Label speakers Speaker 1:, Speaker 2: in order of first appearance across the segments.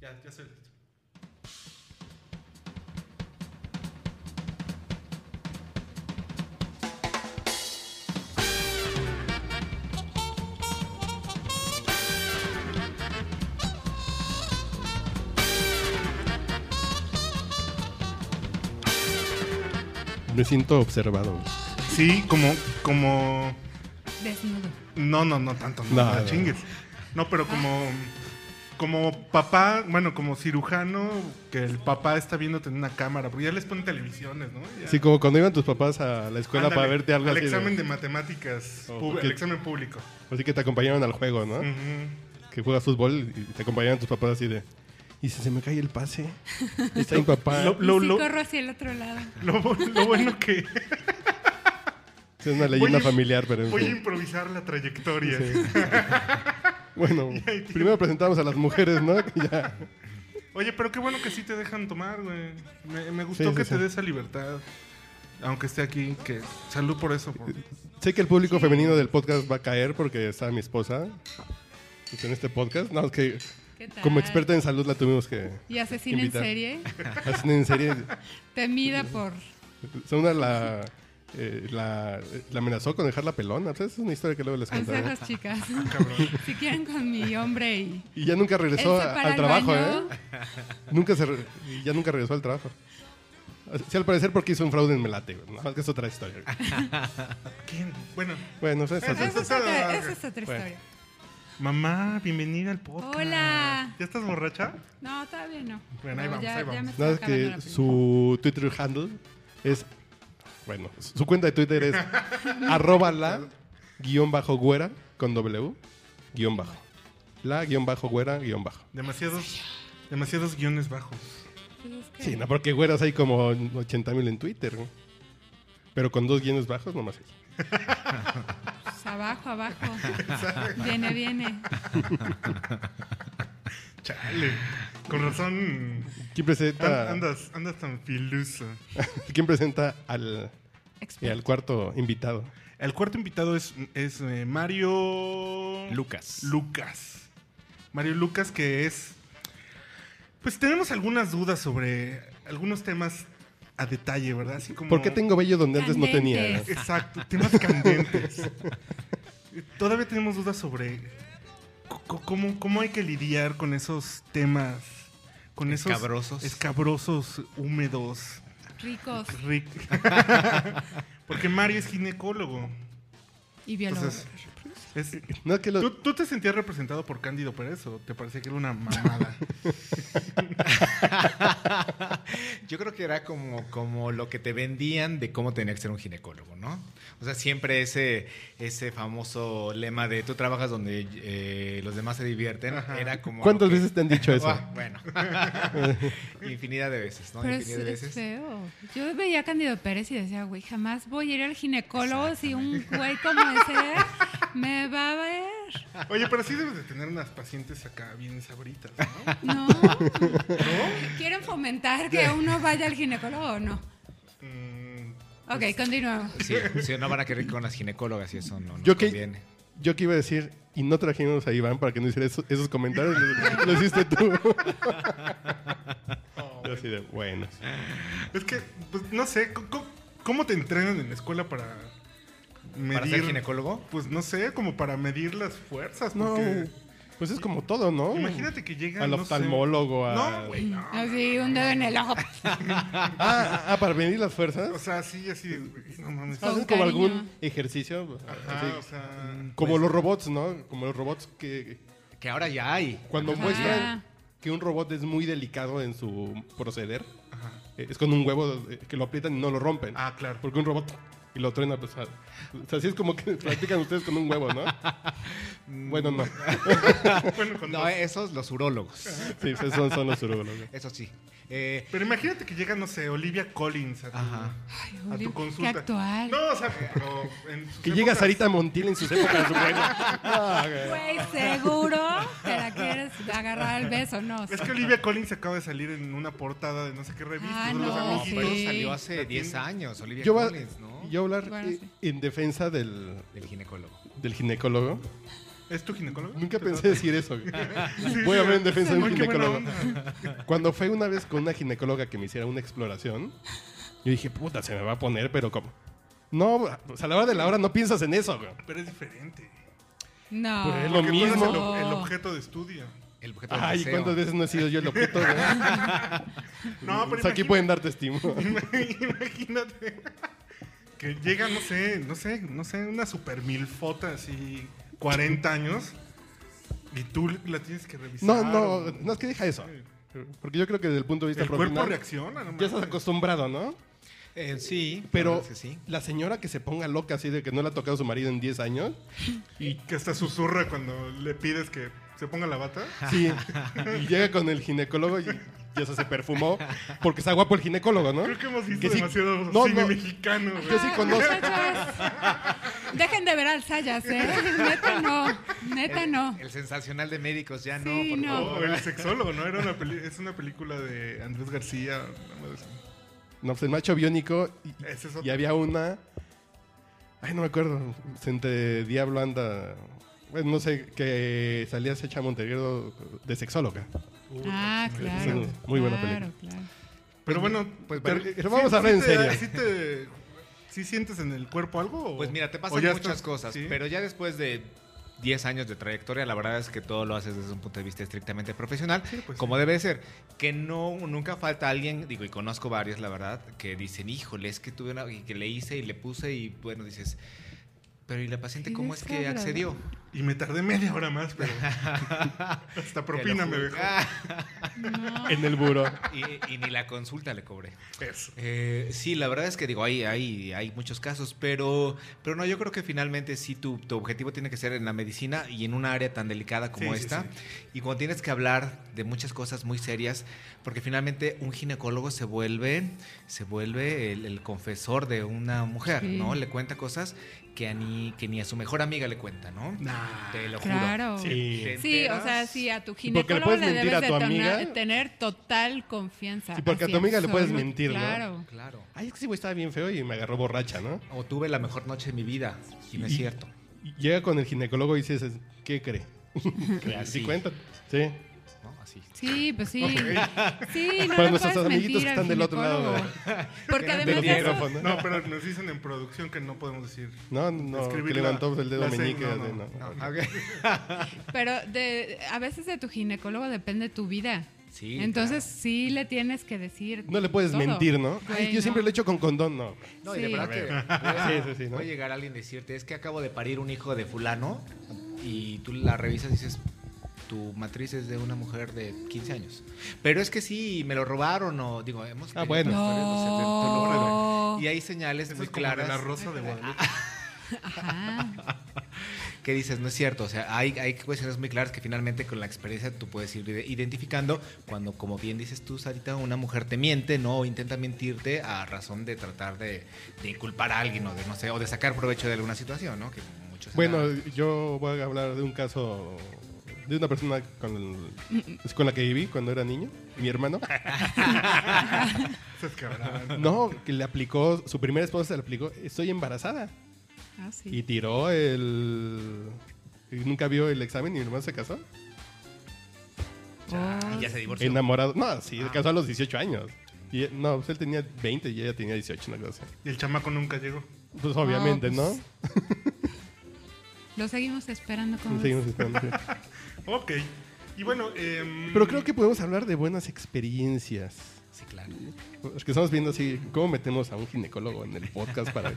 Speaker 1: Ya, ya estoy listo.
Speaker 2: Me siento observado.
Speaker 3: Sí, como, como.
Speaker 4: Desnudo.
Speaker 3: No, no, no tanto, no,
Speaker 2: No,
Speaker 3: no
Speaker 2: no.
Speaker 3: chingues. No, pero como. Como papá, bueno, como cirujano, que el papá está viéndote en una cámara, porque ya les ponen televisiones, ¿no? Ya.
Speaker 2: Sí, como cuando iban tus papás a la escuela
Speaker 3: Ándale,
Speaker 2: para verte algo
Speaker 3: Al
Speaker 2: así. de-
Speaker 3: examen de, matemáticas,
Speaker 2: Oh,
Speaker 3: pub-
Speaker 2: porque-
Speaker 3: el examen público.
Speaker 2: Así que te acompañaron al juego, ¿no?
Speaker 3: Ujú.
Speaker 2: Que juegas fútbol y te acompañaron tus papás así de. Y si se me cae el pase. Está mi papá.
Speaker 3: Lo-
Speaker 4: Y
Speaker 3: lo-
Speaker 4: sí
Speaker 3: lo-
Speaker 4: corro hacia el otro lado.
Speaker 3: Lo, bu- lo bueno que
Speaker 2: Es una leyenda
Speaker 3: Voy a-
Speaker 2: familiar, pero. en
Speaker 3: voy a
Speaker 2: fin.
Speaker 3: improvisar la trayectoria.
Speaker 2: Bueno, primero presentamos a las mujeres, ¿no? Que ya-
Speaker 3: Oye, pero qué bueno que sí te dejan tomar, güey. Me, me gustó
Speaker 2: Sí, sí,
Speaker 3: que te
Speaker 2: sí.
Speaker 3: dé esa libertad. Aunque esté aquí, que salud por eso.
Speaker 2: Eh,
Speaker 3: por-
Speaker 2: Sé que el público femenino del podcast va a caer porque está mi esposa. pues, en este podcast. No, es que
Speaker 4: ¿Qué tal?
Speaker 2: como experta en salud la tuvimos que
Speaker 4: Y asesina en
Speaker 2: invitar.
Speaker 4: serie,
Speaker 2: hacer en serie.
Speaker 4: temida por...
Speaker 2: Sauna la, eh, la, la amenazó con dejarla pelona. Pues, es una historia que luego les contaré.
Speaker 4: Consejos, chicas.
Speaker 3: Ah,
Speaker 4: si quieren con mi hombre y...
Speaker 2: Y ya nunca regresó
Speaker 4: Él se
Speaker 2: a-
Speaker 4: para
Speaker 2: al
Speaker 4: al
Speaker 2: trabajo,
Speaker 4: baño.
Speaker 2: ¿eh? Nunca se re- y ya nunca regresó al trabajo. Sí, al parecer porque hizo un fraude en Melate. güey. Nada más que es otra historia. güey.
Speaker 3: ¿Quién? Bueno,
Speaker 2: Bueno, eso es
Speaker 3: Eso
Speaker 2: otra-
Speaker 4: Esa es otra, esa es otra
Speaker 2: Bueno.
Speaker 4: historia.
Speaker 3: mamá, bienvenida al podcast.
Speaker 4: Hola.
Speaker 3: ¿Ya estás borracha?
Speaker 4: No, todavía no.
Speaker 3: Bueno, ahí
Speaker 4: Pero
Speaker 3: vamos, ahí
Speaker 4: me
Speaker 3: vamos.
Speaker 4: está
Speaker 2: Nada más
Speaker 4: acabando la
Speaker 2: que
Speaker 4: pila.
Speaker 2: su Twitter handle es... Bueno, su cuenta de Twitter es arroba la guión bajo güera con W guión bajo. La guión bajo güera guión bajo.
Speaker 3: Demasiados, demasiados guiones bajos.
Speaker 4: Pues es que-
Speaker 2: Sí, no, porque güeras hay como 80 mil en Twitter. ¿no? Pero con dos guiones bajos nomás. hay.
Speaker 4: Pues abajo, abajo. viene, viene.
Speaker 3: Chale. Con razón.
Speaker 2: ¿Quién presenta,
Speaker 3: an- andas, andas tan filuso.
Speaker 2: ¿quién presenta al, eh,
Speaker 4: Experto.
Speaker 2: al cuarto invitado?
Speaker 3: El cuarto invitado es, es eh, Mario.
Speaker 1: Lucas.
Speaker 3: Lucas. Mario Lucas, que es. Pues tenemos algunas dudas sobre algunos temas a detalle, ¿verdad? Así como.
Speaker 2: ¿Por qué tengo vello donde antes no tenía?
Speaker 4: Candentes.
Speaker 3: Exacto, temas candentes. Todavía tenemos dudas sobre c- c- cómo, cómo hay que lidiar con esos temas. Con esos
Speaker 1: Escabrosos.
Speaker 3: Escabrosos, húmedos,
Speaker 4: Ricos
Speaker 3: ric- Porque Mario es ginecólogo.
Speaker 4: y biólogos.
Speaker 3: Entonces, es-
Speaker 2: No, que lo-
Speaker 3: ¿tú, tú te sentías representado por Cándido Pérez o te parecía que era una mamada?
Speaker 1: Yo creo que era como, como lo que te vendían de cómo tenía que ser un ginecólogo, ¿no? O sea, siempre ese, ese famoso lema de tú trabajas donde eh, los demás se divierten, era como... lo
Speaker 2: ¿Cuántas
Speaker 1: que-
Speaker 2: veces te han dicho eso?
Speaker 1: Ah, bueno, infinidad de veces, ¿no?
Speaker 4: Pero es,
Speaker 1: infinidad de
Speaker 4: es
Speaker 1: veces.
Speaker 4: feo. Yo veía a Candido Pérez y decía, güey, jamás voy a ir al ginecólogo si un güey como ese me va a ver.
Speaker 3: Oye, pero sí debes de tener unas pacientes acá bien sabritas, ¿no?
Speaker 4: No. ¿Quieren fomentar que uno vaya al ginecólogo o no?
Speaker 3: Mm,
Speaker 4: Ok, continuamos.
Speaker 1: Sí, sí, no van a querer ir con las ginecólogas y eso no, no
Speaker 2: Yo que-
Speaker 1: conviene.
Speaker 2: Yo que iba a decir, y no trajimos a Iván para que no hiciera eso- esos comentarios, lo, lo hiciste tú. Yo así de, bueno.
Speaker 3: Es que, pues, no sé, co- co- ¿cómo, te entrenan en la escuela para medir?
Speaker 1: ¿Para ser ginecólogo?
Speaker 3: Pues no sé, como para medir las fuerzas.
Speaker 2: No,
Speaker 3: porque
Speaker 2: pues es como todo, ¿no?
Speaker 3: Imagínate que llega.
Speaker 2: Al
Speaker 3: no sé.
Speaker 2: oftalmólogo, a-
Speaker 3: No, güey, no.
Speaker 4: Así, un dedo en el ojo.
Speaker 2: Ah, ah, ah, para medir las fuerzas.
Speaker 3: O sea, sí, así, de, güey, no mames.
Speaker 4: Con
Speaker 2: ¿Haces como
Speaker 4: cariño.
Speaker 2: algún ejercicio?
Speaker 3: Ajá,
Speaker 2: Así,
Speaker 3: o sea.
Speaker 2: como los robots, ¿no? Como los robots que
Speaker 1: Que ahora ya hay.
Speaker 2: cuando
Speaker 4: Ajá.
Speaker 2: muestran que un robot es muy delicado en su proceder,
Speaker 3: Ajá.
Speaker 2: eh, es con un huevo eh, que lo aprietan y no lo rompen.
Speaker 3: Ah, claro.
Speaker 2: Porque un robot y lo truena, pues. ah, O sea, así es como que practican ustedes con un huevo, ¿no? bueno, no.
Speaker 3: Bueno, cuando-
Speaker 2: eh.
Speaker 1: No, esos los urólogos.
Speaker 2: Sí, esos son, son los urologos.
Speaker 1: Eso sí. Eh,
Speaker 3: Pero imagínate que llega, no sé, Olivia Collins a tu,
Speaker 1: Ajá.
Speaker 4: Ay,
Speaker 3: a tu
Speaker 4: Oli,
Speaker 3: consulta.
Speaker 4: Qué actual.
Speaker 3: No, o sea, pero en sus
Speaker 2: Que llega
Speaker 3: épocas-
Speaker 2: Sarita Montiel en sus épocas buenas. Ah, güey.
Speaker 4: Güey, seguro te la quieres agarrar al beso, ¿no? O sea,
Speaker 3: Es que Olivia Collins acaba de salir en una portada de no sé qué revista.
Speaker 4: Ah,
Speaker 3: de los
Speaker 4: no,
Speaker 1: no,
Speaker 3: amiguitos.
Speaker 1: pero
Speaker 4: sí.
Speaker 1: salió hace
Speaker 3: Latín.
Speaker 1: 10 años, Olivia
Speaker 2: Yo, va-
Speaker 1: Collins, ¿no?
Speaker 2: yo hablar
Speaker 4: Bueno,
Speaker 2: eh,
Speaker 4: sí.
Speaker 2: en defensa del,
Speaker 1: Del ginecólogo.
Speaker 2: del ginecólogo.
Speaker 3: ¿Es tu ginecólogo?
Speaker 2: Nunca pensé decir eso. güey.
Speaker 3: Sí,
Speaker 2: Voy a
Speaker 3: sí.
Speaker 2: ver en defensa de un
Speaker 3: Ay, qué buena
Speaker 2: ginecólogo.
Speaker 3: onda.
Speaker 2: Cuando fue una vez con una ginecóloga que me hiciera una exploración, yo dije, puta, se me va a poner, pero ¿cómo? No, o sea, a la hora de la hora no piensas en eso, güey.
Speaker 3: Pero es diferente.
Speaker 4: No.
Speaker 2: Pues es lo
Speaker 3: Porque tú eres
Speaker 2: mismo.
Speaker 3: el ob- el objeto de estudio.
Speaker 1: El objeto del
Speaker 2: Ay,
Speaker 1: deseo.
Speaker 2: ¿cuántas veces no he sido yo el objeto, güey?
Speaker 3: No, Ah, pero
Speaker 2: O sea, Pues aquí
Speaker 3: imagina-
Speaker 2: pueden dar testimonio.
Speaker 3: Imagínate que llega, no sé, no sé, no sé, una super milfota así, 40 años, y tú la tienes que revisar.
Speaker 2: No,
Speaker 3: o-
Speaker 2: no, no es que deja eso. Porque yo creo que desde el punto de vista
Speaker 3: El cuerpo
Speaker 2: profesional,
Speaker 3: reacciona, no
Speaker 2: ya estás
Speaker 3: mames.
Speaker 2: acostumbrado, ¿no?
Speaker 1: Eh, sí, la
Speaker 2: Pero
Speaker 1: verdad es que sí.
Speaker 2: la señora que se ponga loca así de que no le ha tocado su marido en 10 años,
Speaker 3: Y que hasta susurra cuando le pides que se ponga la bata.
Speaker 2: sí, y llega con el ginecólogo y ya se, se perfumó porque está guapo el ginecólogo, ¿no?
Speaker 3: Creo que hemos visto
Speaker 2: Que sí-
Speaker 3: demasiado
Speaker 2: no,
Speaker 3: cine
Speaker 2: no.
Speaker 3: mexicano, güey.
Speaker 2: Yo sí conozco.
Speaker 4: Muchachos, Dejen de ver al Sayas, ¿eh? Neta no. Neta
Speaker 1: El-
Speaker 4: no.
Speaker 1: El sensacional de médicos, ya
Speaker 4: Sí,
Speaker 1: no, por
Speaker 4: no.
Speaker 1: favor.
Speaker 3: O Oh, el sexólogo, ¿no? Era una peli- es una película de Andrés García. una madre así.
Speaker 2: No, pues el macho biónico y,
Speaker 3: Ese es otro.
Speaker 2: y había una... Ay, no me acuerdo. Entre Diablo anda... Bueno, no sé, que salía Secha Montevideo de sexóloga.
Speaker 4: Ah, claro.
Speaker 2: Muy buena
Speaker 4: claro, claro.
Speaker 3: Pero bueno,
Speaker 1: Pues,
Speaker 3: te-
Speaker 2: pero- pero vamos a hablar en
Speaker 3: te-
Speaker 2: serio.
Speaker 3: ¿sí, te- sí sientes en el cuerpo algo? o-
Speaker 1: Pues mira, te
Speaker 3: o
Speaker 1: pasan
Speaker 3: ya
Speaker 1: muchas
Speaker 3: estás-
Speaker 1: cosas,
Speaker 3: sí?
Speaker 1: pero ya después de 10 años de trayectoria, la verdad es que todo lo haces desde un punto de vista estrictamente profesional,
Speaker 3: Sí, pues
Speaker 1: como debe ser. Que no, nunca falta alguien, digo, y conozco varios, la verdad, que dicen, híjole, es que tuve una, y que le hice y le puse, y bueno, dices, pero ¿y la paciente
Speaker 4: Sí,
Speaker 1: cómo
Speaker 4: es
Speaker 1: es que
Speaker 4: cabrón.
Speaker 1: accedió?
Speaker 3: Y me tardé media hora más, pero hasta propina
Speaker 1: Te
Speaker 3: me
Speaker 1: lo juro. Ah.
Speaker 3: dejó.
Speaker 2: En el buro.
Speaker 1: y, y ni la consulta le cobré.
Speaker 3: Eso.
Speaker 1: Eh, sí, la verdad es que digo, hay, hay, hay muchos casos, pero, pero no, yo creo que finalmente sí tu, tu objetivo tiene que ser en la medicina y en una área tan delicada como
Speaker 3: Sí, sí,
Speaker 1: esta.
Speaker 3: sí.
Speaker 1: Y cuando tienes que hablar de muchas cosas muy serias, porque finalmente un ginecólogo se vuelve, se vuelve el, el confesor de una mujer,
Speaker 4: Sí.
Speaker 1: ¿no? Le cuenta cosas que, a ni, que ni a su mejor amiga le cuenta, ¿no? Te lo juro.
Speaker 4: Claro.
Speaker 2: Sí.
Speaker 1: Te
Speaker 4: Sí, o sea,
Speaker 1: enteras.
Speaker 4: sí, a tu
Speaker 2: le
Speaker 4: ginecólogo
Speaker 2: puedes
Speaker 4: le,
Speaker 2: mentir
Speaker 4: debes
Speaker 2: a
Speaker 4: de
Speaker 2: tu
Speaker 4: tona-
Speaker 2: amiga.
Speaker 4: tener total confianza.
Speaker 2: Sí, porque a tu
Speaker 4: Así,
Speaker 2: amiga le puedes
Speaker 4: absoluta.
Speaker 2: mentir, ¿no?
Speaker 4: Claro.
Speaker 1: Claro.
Speaker 2: Ay, es que sí, güey, estaba bien feo y me agarró borracha, ¿no?
Speaker 1: O tuve la mejor noche de mi vida, y no es
Speaker 2: Y-
Speaker 1: cierto.
Speaker 2: Y Llega con el ginecólogo y dices, ¿qué cree?
Speaker 1: Así.
Speaker 2: Sí, cuenta. Sí.
Speaker 1: ¿no? Así.
Speaker 4: Sí, pues sí. Sí, no
Speaker 2: Para
Speaker 4: le
Speaker 2: nuestros
Speaker 4: puedes
Speaker 2: amiguitos
Speaker 4: mentir
Speaker 2: que
Speaker 4: al
Speaker 2: están del otro lado ¿eh?
Speaker 4: ginecólogo. Porque
Speaker 1: del
Speaker 4: además de eso,
Speaker 2: micrófono.
Speaker 3: No, pero nos dicen en producción que no podemos decir.
Speaker 2: No, no, que
Speaker 3: Escribir la-
Speaker 2: levantó el dedo
Speaker 3: la C,
Speaker 2: meñique.
Speaker 3: no,
Speaker 2: de-
Speaker 3: no, no.
Speaker 2: no.
Speaker 1: Ah, ok.
Speaker 4: pero de, a veces de tu ginecólogo depende tu vida.
Speaker 1: Sí,
Speaker 4: Entonces sí le tienes que decir.
Speaker 2: No le puedes
Speaker 4: todo.
Speaker 2: mentir, ¿no? Ay,
Speaker 4: Güey,
Speaker 2: yo siempre lo he hecho con condón, no.
Speaker 1: No, y de
Speaker 4: Sí.
Speaker 1: verdad que puede,
Speaker 2: Sí, sí, sí, ¿no?
Speaker 1: puede llegar alguien a decirte, es que acabo de parir un hijo de fulano y tú la revisas y dices, tu matriz es de una mujer de 15 años. Pero es que sí, me lo robaron o digo, hemos...
Speaker 2: Ah,
Speaker 1: tenido
Speaker 2: bueno.
Speaker 1: historias, no sé, te- te lo robaron.
Speaker 4: No.
Speaker 1: Y hay señales
Speaker 3: Eso
Speaker 1: muy
Speaker 3: es como de
Speaker 1: claras
Speaker 3: la rosa de Guadalupe.
Speaker 4: Ajá.
Speaker 1: que dices, no es cierto. O sea, hay, hay cuestiones muy claras que finalmente con la experiencia tú puedes ir ide- identificando cuando, como bien dices tú, Sarita, una mujer te miente, ¿no? O intenta mentirte a razón de tratar de, de inculpar a alguien o de, no sé, o de sacar provecho de alguna situación, ¿no? Que mucho
Speaker 4: Pues
Speaker 1: se
Speaker 2: Bueno,
Speaker 1: da.
Speaker 2: yo voy a hablar de un caso de una persona con, es con la que viví cuando era niño, mi hermano.
Speaker 3: Eso es cabrón.
Speaker 2: No, que le aplicó, su primera esposa se le aplicó, estoy embarazada.
Speaker 4: Ah, sí.
Speaker 2: Y tiró el... y nunca vio el examen y mi hermano se casó. ah,
Speaker 1: y ya se divorció.
Speaker 2: Enamorado. No, sí,
Speaker 4: Ah.
Speaker 2: se casó a los 18 años. Y, no, pues él tenía 20 y ella tenía 18, una cosa así.
Speaker 3: Y el chamaco nunca llegó.
Speaker 2: Pues obviamente,
Speaker 4: pues,
Speaker 2: ¿no?
Speaker 4: Lo seguimos esperando como
Speaker 2: Seguimos esperando, sí.
Speaker 3: Ok. Y bueno, em,
Speaker 2: Pero creo que podemos hablar de buenas experiencias.
Speaker 1: Sí, claro.
Speaker 2: Es que estamos viendo así cómo metemos a un ginecólogo en el podcast para...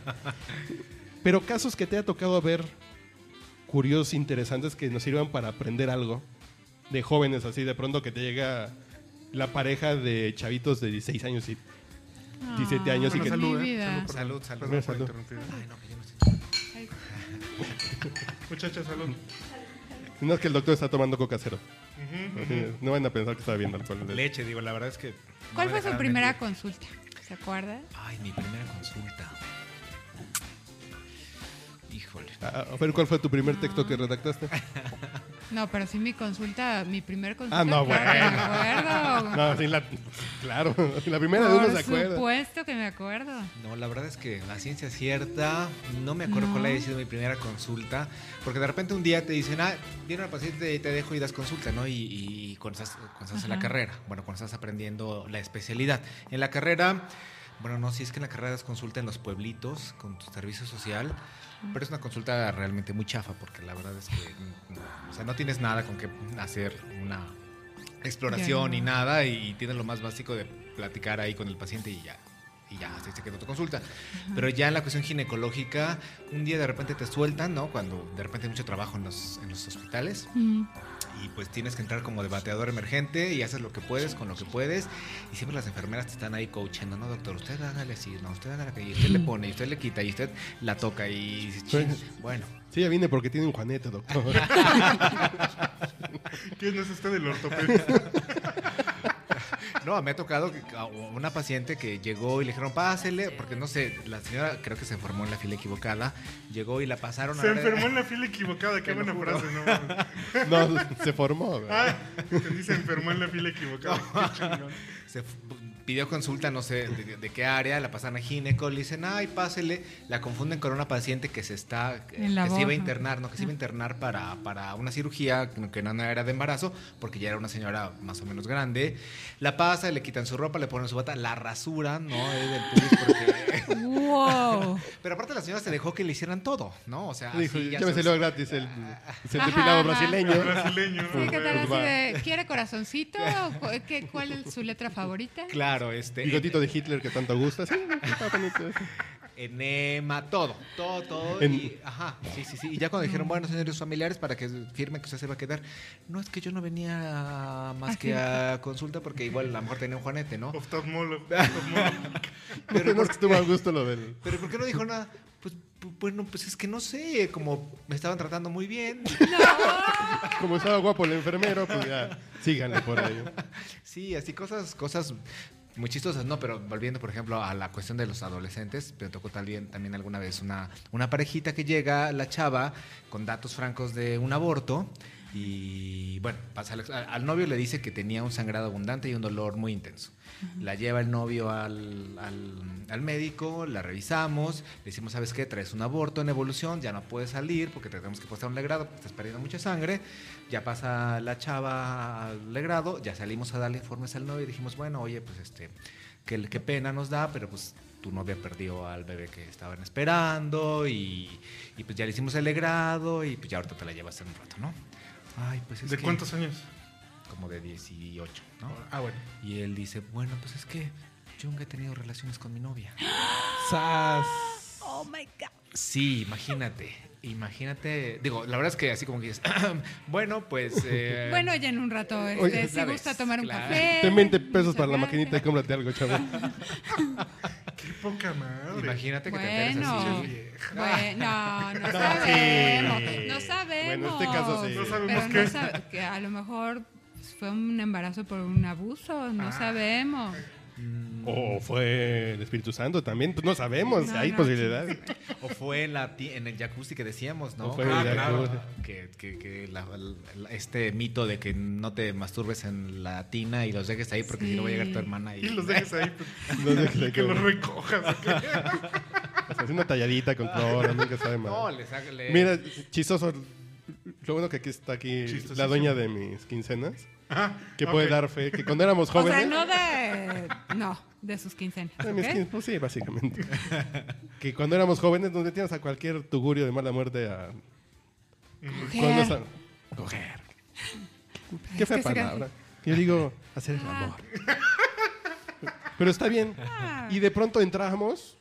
Speaker 2: Pero casos que te ha tocado ver curiosos, interesantes, que nos sirvan para aprender algo. De jóvenes así, de pronto que te llega la pareja de chavitos de 16 años y... 17 años y
Speaker 3: bueno,
Speaker 2: que-
Speaker 3: salud,
Speaker 4: Mi
Speaker 3: ¿eh?
Speaker 4: vida.
Speaker 3: por-
Speaker 1: Salud, salud.
Speaker 3: perdón por
Speaker 2: Salud.
Speaker 3: interrumpir.
Speaker 1: Ay, no, que yo no sé.
Speaker 3: Muchachas, salud.
Speaker 2: No es que el doctor está tomando coca cero.
Speaker 3: Ujú,
Speaker 2: Así, No van a pensar que está bebiendo alcohol.
Speaker 1: Leche, digo, la verdad es que. no
Speaker 4: ¿Cuál
Speaker 1: me
Speaker 4: fue su
Speaker 1: dejarán
Speaker 4: primera
Speaker 1: mentir.
Speaker 4: consulta? ¿Se acuerda?
Speaker 1: Ay, mi primera consulta. Híjole.
Speaker 2: Ah, A ver, ¿cuál fue tu primer texto que redactaste?
Speaker 4: No, pero sí mi consulta, mi primer consulta.
Speaker 2: Ah, no,
Speaker 4: claro que me claro.
Speaker 2: No, sí, la, claro, la primera de uno se
Speaker 4: Por
Speaker 2: acuerda.
Speaker 4: supuesto que me acuerdo.
Speaker 1: No, la verdad es que la ciencia cierta, no me acuerdo
Speaker 4: No.
Speaker 1: cuál haya sido mi primera consulta, porque de repente un día te dicen, ah, viene una paciente y te dejo y das consulta, ¿no? Y, y cuando estás, cuando estás en la
Speaker 4: Ajá.
Speaker 1: carrera, bueno, cuando estás aprendiendo la especialidad. En la carrera, bueno, no, si es que en la carrera das consulta en los pueblitos con tu servicio social, pero es una consulta realmente muy chafa, porque la verdad es que, mm, o sea, no tienes nada con qué hacer una exploración
Speaker 4: Ya.
Speaker 1: y nada, y tienes lo más básico de platicar ahí con el paciente y ya. Y ya, así se quedó tu consulta. Pero ya en la cuestión ginecológica, un día de repente te sueltan, ¿no? Cuando de repente hay mucho trabajo en los, en los hospitales
Speaker 4: Mm.
Speaker 1: y pues tienes que entrar como debateador emergente y haces lo que puedes con lo que puedes y siempre las enfermeras te están ahí coachando, no doctor, usted hágale así, no, usted hágale que y usted le pone, y usted le quita, y usted la toca y dices, "Chin,
Speaker 3: Pues
Speaker 1: bueno,
Speaker 2: Sí, ya vine porque tiene un Juanete, doctor.
Speaker 3: ¿Quién es este del ortopedista?
Speaker 1: no, me ha tocado que- a una paciente que llegó y le dijeron, pásele, porque no sé, la señora creo que se enfermó en la fila equivocada, llegó y la pasaron
Speaker 3: Se
Speaker 1: a la-
Speaker 3: enfermó en la fila equivocada. Qué
Speaker 1: Te
Speaker 3: buena
Speaker 1: lo juro.
Speaker 3: frase, ¿no? mames.
Speaker 2: No, se formó. güey.
Speaker 3: Ah, que dice enfermó en la fila equivocada. Qué chingón.
Speaker 1: se f- pidió consulta, no sé de, de qué área, la pasan a gineco, le dicen, ay, pásele, la confunden con una paciente que se está, eh, que
Speaker 4: En la
Speaker 1: se iba a
Speaker 4: boca.
Speaker 1: internar, no, que se
Speaker 2: Ah.
Speaker 1: iba a internar para, para una cirugía que no era de embarazo, porque ya era una señora más o menos grande, la pasa, le quitan su ropa, le ponen su bata, la rasuran, ¿no? Es del pubis porque-
Speaker 4: Wow.
Speaker 1: Pero aparte la señora se dejó que le hicieran todo, ¿no? O sea,
Speaker 2: Dijo,
Speaker 1: así
Speaker 2: Ah, ya Ah.
Speaker 1: ya
Speaker 2: me
Speaker 1: se-
Speaker 2: salió gratis el, el
Speaker 4: Ajá,
Speaker 2: depilado
Speaker 4: ajá.
Speaker 2: brasileño.
Speaker 3: Brasileño.
Speaker 4: Sí, ¿qué tal
Speaker 3: güey.
Speaker 4: así
Speaker 2: Pues va.
Speaker 4: de, ¿Quiere corazoncito? ¿O cu- qué- ¿Cuál es su letra favorita?
Speaker 1: Claro, este...
Speaker 2: Bigotito de Hitler que tanto gusta. Sí, está bonito eso.
Speaker 1: enema, todo, todo, todo.
Speaker 2: En-
Speaker 1: Y, ajá, sí, sí, sí. Y ya cuando dijeron, bueno, señores familiares, para que firme que usted se va a quedar. No, es que yo no venía más que a consulta porque igual a lo mejor tenía un juanete, ¿no?
Speaker 3: Oftalmólogo. oftalmólogo.
Speaker 2: Pero no es que estuvo a gusto lo del.
Speaker 1: Pero ¿por qué no dijo nada? Pues, pu- bueno, pues es que no sé, como me estaban tratando muy bien.
Speaker 2: Como estaba guapo el enfermero, pues ya, síganle por ahí.
Speaker 1: Sí, así cosas, cosas muy chistosas, ¿no? Pero volviendo, por ejemplo, a la cuestión de los adolescentes, me tocó también, también alguna vez una, una parejita que llega, la chava, con datos francos de un aborto. Y bueno, pasa al, al novio le dice que tenía un sangrado abundante y un dolor muy intenso. La lleva el novio al, al- al médico, la revisamos, le decimos, ¿sabes qué? Traes un aborto en evolución, ya no puedes salir porque te tenemos que pasar un legrado porque estás perdiendo mucha sangre. Ya pasa la chava al legrado, ya salimos a darle informes al novio y dijimos, bueno, oye, pues este, qué, qué pena nos da, pero pues tu novia perdió al bebé que estaban esperando y, y, pues ya le hicimos el legrado y pues ya ahorita te la llevas en un rato, ¿no? Ay, pues es
Speaker 3: ¿De
Speaker 1: que-
Speaker 3: cuántos años?
Speaker 1: Como de 18, ¿no?
Speaker 3: Ah, bueno.
Speaker 1: Y él dice, bueno, pues es que yo nunca he tenido relaciones con mi novia.
Speaker 4: Oh my God.
Speaker 1: Sí, imagínate, imagínate. Digo, la verdad es que así como que dices, bueno, pues... eh,
Speaker 4: Bueno, ya en un rato, este,
Speaker 2: Oye,
Speaker 4: si
Speaker 1: ya ves,
Speaker 4: gusta tomar un
Speaker 1: claro.
Speaker 4: café.
Speaker 2: Ten 20 pesos
Speaker 4: muchas
Speaker 2: para la maquinita y
Speaker 4: gracias.
Speaker 2: cómprate algo, chaval.
Speaker 3: Qué poca madre.
Speaker 1: imagínate que te enteres
Speaker 4: Bueno.
Speaker 1: así.
Speaker 3: Qué vieja.
Speaker 4: Bueno, no,
Speaker 2: No,
Speaker 4: sabemos.
Speaker 2: sí.
Speaker 4: No sabemos.
Speaker 2: Bueno, en este caso sí.
Speaker 3: No sabemos
Speaker 4: Pero
Speaker 3: qué.
Speaker 4: no sabe- que a lo mejor pues, fue un embarazo por un abuso, no
Speaker 3: Ah.
Speaker 4: sabemos.
Speaker 2: O fue el Espíritu Santo también, Pues no sabemos,
Speaker 4: No,
Speaker 2: hay
Speaker 4: no,
Speaker 2: posibilidades.
Speaker 1: O fue en, la, ti- en el jacuzzi que decíamos, ¿no?
Speaker 2: O fue en el Ah, claro. jacuzzi.
Speaker 1: Que, que- que la- la- este mito de que no te masturbes en la tina y los dejes ahí porque si no va a llegar tu hermana y...
Speaker 3: Y los dejes ahí. pues,
Speaker 2: No dejes ahí
Speaker 3: que
Speaker 2: como-
Speaker 3: los recojas. ¿o qué?
Speaker 2: O sea, es una talladita con cloro, nunca sabe mal.
Speaker 1: No, les haga- le-
Speaker 2: Mira, chistoso. Lo bueno que aquí está aquí
Speaker 3: Chistosísimo.
Speaker 2: la dueña de mis quincenas,
Speaker 3: Ah,
Speaker 2: que puede
Speaker 3: ok.
Speaker 2: dar fe, que cuando éramos
Speaker 4: O
Speaker 2: jóvenes.
Speaker 4: sea, no de. No, de sus quincenas.
Speaker 2: de mis
Speaker 4: ¿ok?
Speaker 2: quin- pues sí, básicamente. que cuando éramos jóvenes nos metíamos a cualquier tugurio de mala muerte a.
Speaker 4: Mujer.
Speaker 2: cuando sa- Coger. Qué
Speaker 4: Pues Es
Speaker 2: fea
Speaker 4: que se
Speaker 2: palabra. Yo digo, hacer el
Speaker 4: Ah.
Speaker 2: amor. Pero está bien.
Speaker 4: Ah.
Speaker 2: Y de pronto entramos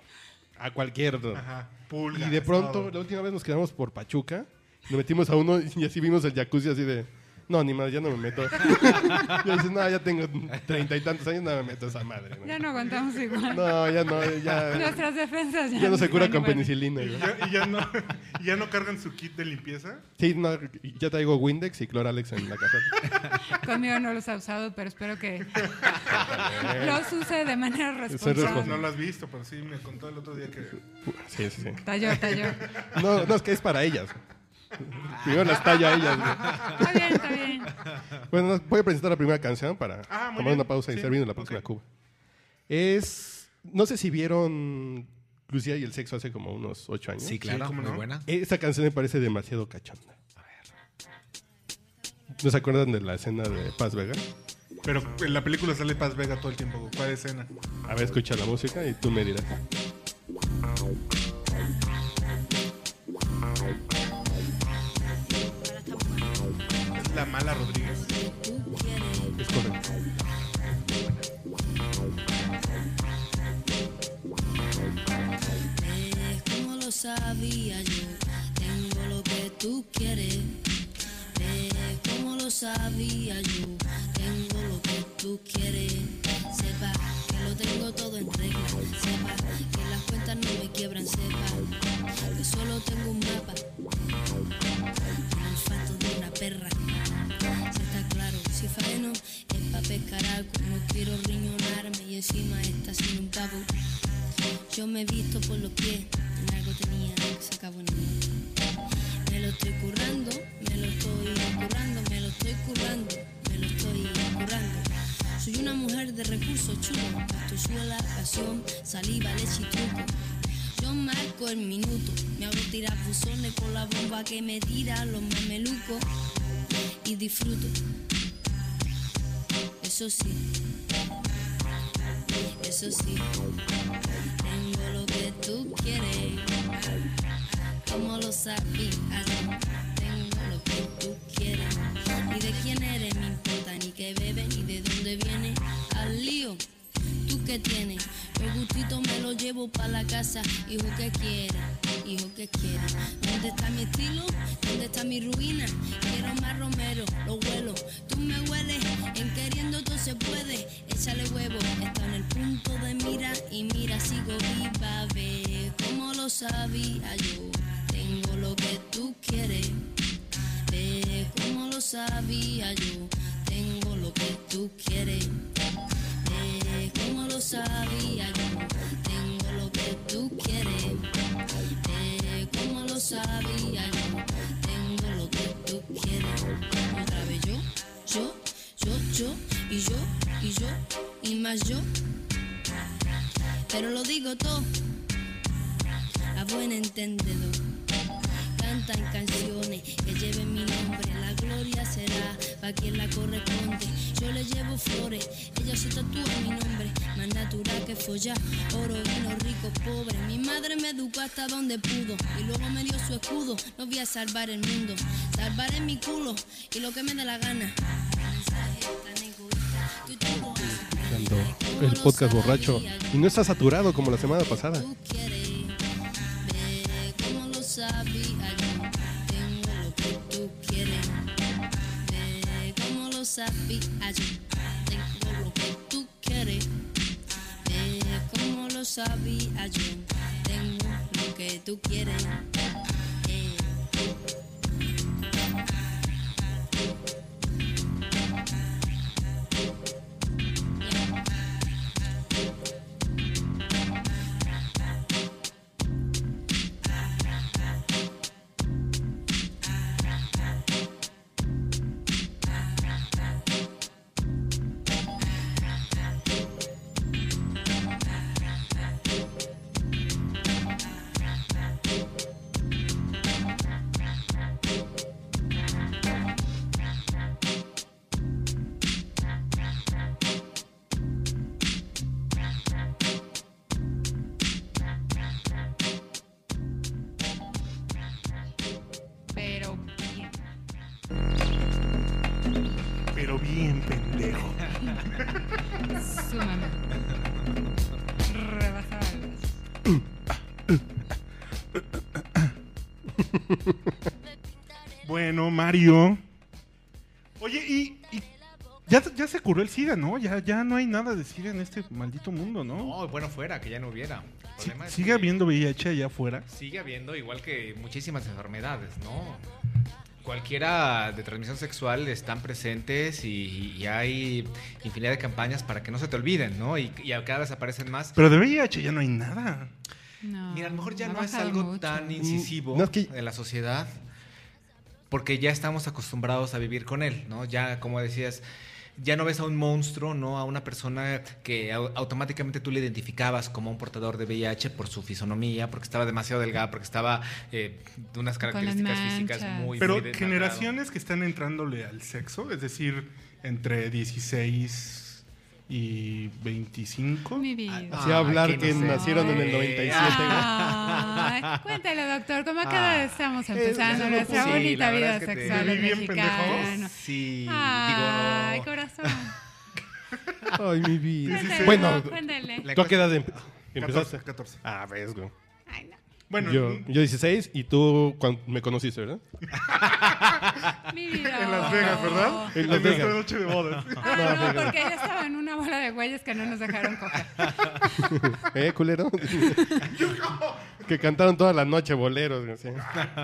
Speaker 2: a cualquier.
Speaker 3: Ajá. Pulga.
Speaker 2: Y de pronto, la última vez nos quedamos por Pachuca, nos metimos a uno y así vimos el jacuzzi así de, no, ni más, ya no me meto. y dices, no, ya tengo treinta y tantos años, no me meto a esa madre. ¿no?
Speaker 4: Ya no aguantamos igual.
Speaker 2: No, ya no, ya,
Speaker 4: Nuestras defensas ya,
Speaker 2: ya no se cura
Speaker 4: están
Speaker 2: con
Speaker 4: igual.
Speaker 2: penicilina.
Speaker 3: Y
Speaker 2: güey.
Speaker 3: ya, y ya no, y ya no cargan su kit de limpieza.
Speaker 2: Sí, no, ya traigo Windex y Cloralex en la caja.
Speaker 4: Conmigo no los ha usado, pero espero que los use de manera
Speaker 3: No,
Speaker 4: responsable.
Speaker 3: no lo has visto, pero sí me contó el otro día que.
Speaker 2: Sí, sí, sí.
Speaker 4: Talló, talló.
Speaker 2: No, no, es que es para ellas. Primero las talla ellas, güey.
Speaker 4: Está bien, está bien.
Speaker 2: Bueno, voy a presentar la primera canción para
Speaker 3: Ah, muy
Speaker 2: tomar
Speaker 3: bien.
Speaker 2: una pausa y
Speaker 3: Sí.
Speaker 2: servir de la próxima
Speaker 3: Ok.
Speaker 2: Cuba. Es. No sé si vieron Lucía y el sexo hace como unos ocho años.
Speaker 1: Sí, claro,
Speaker 3: ¿cómo
Speaker 1: muy
Speaker 3: no?
Speaker 1: buena.
Speaker 2: Esta canción me parece demasiado cachonda. ¿No se acuerdan de la escena de Paz Vega?
Speaker 3: Pero en la película sale Paz Vega todo el tiempo. ¿Cuál escena?
Speaker 2: A ver, escucha la música y tú me dirás.
Speaker 3: Es la mala Rodríguez.
Speaker 2: Es correcto.
Speaker 5: Eres como lo sabía yo, tengo lo que tú quieres. Eres como lo sabía yo, tengo lo que tú quieres. Sepa que lo tengo todo en regla, sepa que las cuentas no me quiebran, sepa que solo tengo un mapa, el olfato de una perra. Si está claro, si faeno es pa' pescar algo, no quiero riñonarme y encima está sin un pavo. Yo me he visto por los pies, en algo tenía que se acabó en mí. Me lo estoy currando, me lo estoy currando, me lo estoy currando, me lo estoy currando. Soy una mujer de recursos chulos, pastosuela, pasión, saliva, leche y truco. Yo marco el minuto, me hago tirar buzones con la bomba que me tira los mamelucos y disfruto. Eso sí, eso sí. Tengo lo que tú quieres, como lo sabías. Tengo lo que tú quieres. Y de quién eres me importa, ni qué bebe, ni de dónde viene. Al lío, tú que tienes. El gustito me lo llevo para la casa. Hijo que quiere, hijo que quiere. ¿Dónde está mi estilo? ¿Dónde está mi ruina? Quiero más romero, lo huelo. Tú me hueles, en queriendo todo se puede. Échale huevo, está en el punto de mira y mira, sigo viva, ve. Como lo sabía yo, tengo lo que tú quieres. Ve, como lo sabía yo, tengo lo que tú quieres. Ve, como lo sabía yo, tengo lo que tú quieres. Ve, como lo sabía yo, tengo lo que tú quieres. Otra vez yo, yo, yo, yo, y yo, y yo, y más yo. Pero lo digo todo a buen entendedor. Cantan canciones que lleven mi nombre, la gloria será para quien la corresponde. Yo le llevo flores, ella se tatúa mi nombre, más natural que follar, oro, vino, rico, pobre. Mi madre me educó hasta donde pudo y luego me dio su escudo. No voy a salvar el mundo, salvaré mi culo y lo que me dé la gana.
Speaker 2: Escuchando el podcast borracho. Y no está saturado como la semana pasada.
Speaker 5: Tú quieres, ve como lo sabía yo, tengo lo que tú quieres, ve como lo sabía yo, tengo lo que tú quieres, ve como lo sabía yo, tengo lo que tú quieres. Eh.
Speaker 4: Pero bien.
Speaker 3: Pero bien pendejo.
Speaker 4: Súmame. Rebajada.
Speaker 3: Bueno, Mario. Oye, y, y ya, ya se curó el SIDA, ¿no? Ya, ya no hay nada de SIDA en este maldito mundo, ¿no?
Speaker 1: No, bueno, fuera, que ya no hubiera. El
Speaker 3: Sí,
Speaker 1: problema es
Speaker 3: sigue
Speaker 1: que
Speaker 3: habiendo VIH allá afuera.
Speaker 1: Sigue habiendo, igual que muchísimas enfermedades, ¿no? Cualquiera de transmisión sexual están presentes y, y hay infinidad de campañas para que no se te olviden, ¿no? Y, y cada vez aparecen más.
Speaker 3: Pero de VIH ya no hay nada.
Speaker 4: No,
Speaker 1: Mira, a lo mejor ya
Speaker 4: ha
Speaker 1: no es
Speaker 4: bajado
Speaker 1: algo
Speaker 4: mucho. Mm,
Speaker 1: tan incisivo
Speaker 2: No, es que-
Speaker 1: en la sociedad. porque ya estamos acostumbrados a vivir con él, ¿no? Ya, como decías, ya no ves a un monstruo, ¿no? A una persona que au- automáticamente tú le identificabas como un portador de VIH por su fisonomía, porque estaba demasiado delgada, porque estaba eh, de unas
Speaker 4: Con las
Speaker 1: características físicas
Speaker 4: manchas.
Speaker 1: muy...
Speaker 3: Pero
Speaker 1: muy desmadrado.
Speaker 3: generaciones que están entrándole al sexo, es decir, entre 16 y 25.
Speaker 4: Mi
Speaker 1: Ah,
Speaker 4: vida.
Speaker 2: Así hablar
Speaker 1: aquí
Speaker 2: que
Speaker 1: no sé.
Speaker 2: nacieron en el 97. güey.
Speaker 4: Ay, cuéntalo, doctor, ¿cómo acaba de estamos empezando
Speaker 1: ah, es-
Speaker 4: nuestra
Speaker 1: sí,
Speaker 4: bonita
Speaker 1: la verdad
Speaker 4: vida
Speaker 1: es que te-
Speaker 4: sexual
Speaker 3: Te
Speaker 4: los
Speaker 3: vi bien, pendejo.
Speaker 4: mexicanos?
Speaker 1: Sí,
Speaker 4: Ay,
Speaker 1: digo...
Speaker 4: corazón.
Speaker 2: Ay, mi vida.
Speaker 4: Cuéntale,
Speaker 2: Bueno,
Speaker 4: cuéntale.
Speaker 1: la
Speaker 2: ¿tú a qué
Speaker 1: cosa-
Speaker 2: edad empe- empezaste?
Speaker 3: 14, 14.
Speaker 2: Ah, ves, güey.
Speaker 4: Ay, no.
Speaker 3: Bueno,
Speaker 2: yo,
Speaker 3: en
Speaker 2: yo 16 y tú cuan- me conociste, ¿verdad?
Speaker 4: Mi vida.
Speaker 3: Las Vegas, ¿verdad?
Speaker 2: En Las
Speaker 3: nuestra
Speaker 2: Vegas.
Speaker 3: noche de bodas.
Speaker 4: Ah, no, porque ella estaba en una bola de güeyes que no nos dejaron coger.
Speaker 2: ¿Eh, culero? que cantaron toda la noche boleros. güey, así.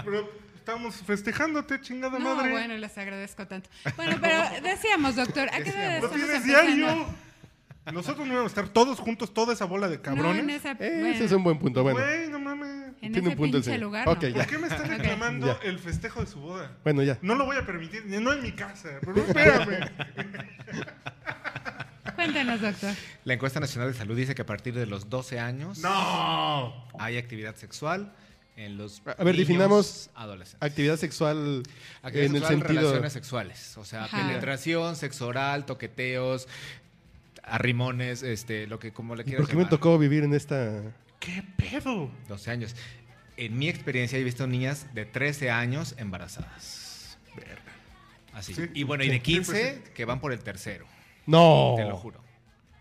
Speaker 3: Pero estamos festejándote, chingada
Speaker 4: No,
Speaker 3: madre.
Speaker 4: bueno, les agradezco tanto. Bueno, pero decíamos, doctor, ¿a qué edad
Speaker 3: Lo
Speaker 4: estamos
Speaker 3: tienes
Speaker 4: empezando?
Speaker 3: diario. Nosotros no vamos a estar todos juntos, toda esa bola de
Speaker 4: No,
Speaker 3: cabrones.
Speaker 4: en esa,
Speaker 2: Eh,
Speaker 4: bueno,
Speaker 2: Ese es un buen punto. Bueno,
Speaker 3: Güey, no mames.
Speaker 4: en
Speaker 2: tiene
Speaker 4: ese
Speaker 2: un punto el
Speaker 4: pinche
Speaker 2: señor.
Speaker 4: lugar. ¿no?
Speaker 2: Ok, ya.
Speaker 3: ¿Por qué me están
Speaker 4: Ok.
Speaker 3: reclamando
Speaker 2: Ya.
Speaker 3: el festejo de su boda?
Speaker 2: bueno, ya.
Speaker 3: No lo voy a permitir, no en mi casa. Pero espérame.
Speaker 4: Cuéntanos, doctor.
Speaker 1: La encuesta nacional de salud dice que a partir de los 12 años
Speaker 3: no.
Speaker 1: hay actividad sexual en los
Speaker 2: A ver,
Speaker 1: niños
Speaker 2: definamos
Speaker 1: adolescentes.
Speaker 2: Actividad sexual
Speaker 1: Actividad
Speaker 2: en el
Speaker 1: sexual,
Speaker 2: sentido.
Speaker 1: relaciones sexuales, o sea,
Speaker 4: Ajá.
Speaker 1: penetración, sexo oral, toqueteos, arrimones, este, lo que como le
Speaker 2: ¿Y
Speaker 1: quieras
Speaker 2: por qué me
Speaker 1: llamar.
Speaker 2: tocó vivir en esta.?
Speaker 3: ¿Qué pedo?
Speaker 1: 12 años. En mi experiencia he visto niñas de 13 años embarazadas. Así.
Speaker 3: Sí.
Speaker 1: Y bueno, y
Speaker 2: Sí.
Speaker 1: de
Speaker 3: Sí, pues,
Speaker 1: 15 que van por el tercero,
Speaker 2: No.
Speaker 1: te lo juro.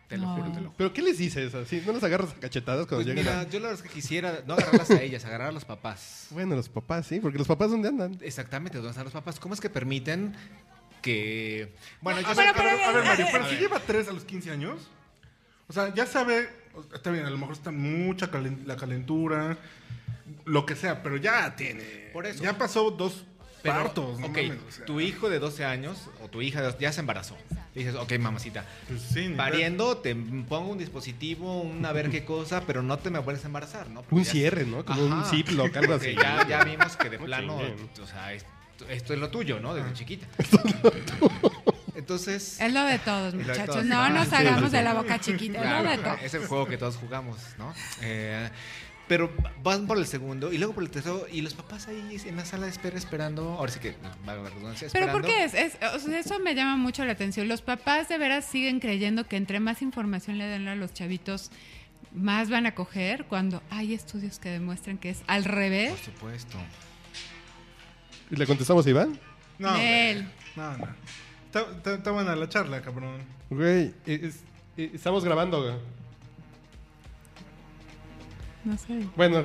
Speaker 1: Te lo
Speaker 4: No.
Speaker 1: juro, te lo juro.
Speaker 2: ¿Pero qué les dices? ¿Así? ¿No los agarras a cachetadas cuando
Speaker 1: Pues
Speaker 2: llegan?
Speaker 1: mira,
Speaker 2: a-
Speaker 1: yo la verdad es que quisiera no agarrarlas a ellas, agarrar a los papás.
Speaker 2: Bueno, los papás, sí, porque los papás, ¿dónde andan?
Speaker 1: Exactamente, ¿dónde están los papás? ¿Cómo es que permiten que... Bueno,
Speaker 3: A
Speaker 1: yo
Speaker 3: ver,
Speaker 1: sé-
Speaker 3: a ver, a ver, Mario, pero
Speaker 1: a
Speaker 3: si
Speaker 1: ver.
Speaker 3: lleva tres a los 15 años, o sea, ya sabe, o- está bien, a lo mejor está mucha calen- la calentura, lo que sea, pero ya tiene.
Speaker 1: Por eso.
Speaker 3: Ya pasó dos
Speaker 1: Pero,
Speaker 3: partos, ¿no?
Speaker 1: ok,
Speaker 3: mames, o sea,
Speaker 1: tu hijo de 12 años o tu hija de 12 ya se embarazó. Dices, ok, mamacita,
Speaker 3: pues sí, ni
Speaker 1: pariendo, te pongo un dispositivo, una ver qué cosa, pero no te me vuelves a embarazar, ¿no? Porque
Speaker 2: Un
Speaker 1: Pues ya-
Speaker 2: cierre, ¿no? Como un
Speaker 1: Ajá.
Speaker 2: ziploc, algo
Speaker 1: Porque
Speaker 2: así.
Speaker 1: Ya, ya vimos que de
Speaker 2: No
Speaker 1: plano,
Speaker 2: chinguen.
Speaker 1: o sea, esto, esto es lo tuyo, ¿no? Desde chiquita. Entonces,
Speaker 4: Es lo de todos,
Speaker 1: lo de
Speaker 4: muchachos.
Speaker 1: todos.
Speaker 4: No
Speaker 1: Ah,
Speaker 4: nos
Speaker 1: sí,
Speaker 4: hagamos
Speaker 2: sí,
Speaker 4: de
Speaker 2: sí.
Speaker 4: la boca chiquita.
Speaker 1: claro,
Speaker 4: Es lo de todos.
Speaker 1: es el juego que todos jugamos, ¿no? Eh, pero van por el segundo y luego por el tercero y los papás ahí en la sala de espera esperando, ahora sí que, valga la redundancia,
Speaker 4: Pero ¿por
Speaker 1: esperando.
Speaker 4: qué es? es- o sea, eso me llama mucho la atención. Los papás de veras siguen creyendo que entre más información le den a los chavitos, más van a coger cuando hay estudios que demuestran que es al revés.
Speaker 1: Por supuesto.
Speaker 2: ¿Y le contestamos a Iván?
Speaker 3: No, güey,
Speaker 4: Nel.
Speaker 3: no, no. Está, está- está buena la charla, cabrón.
Speaker 2: Güey, e-, es- es- estamos grabando, güey.
Speaker 4: No sé.
Speaker 2: Bueno,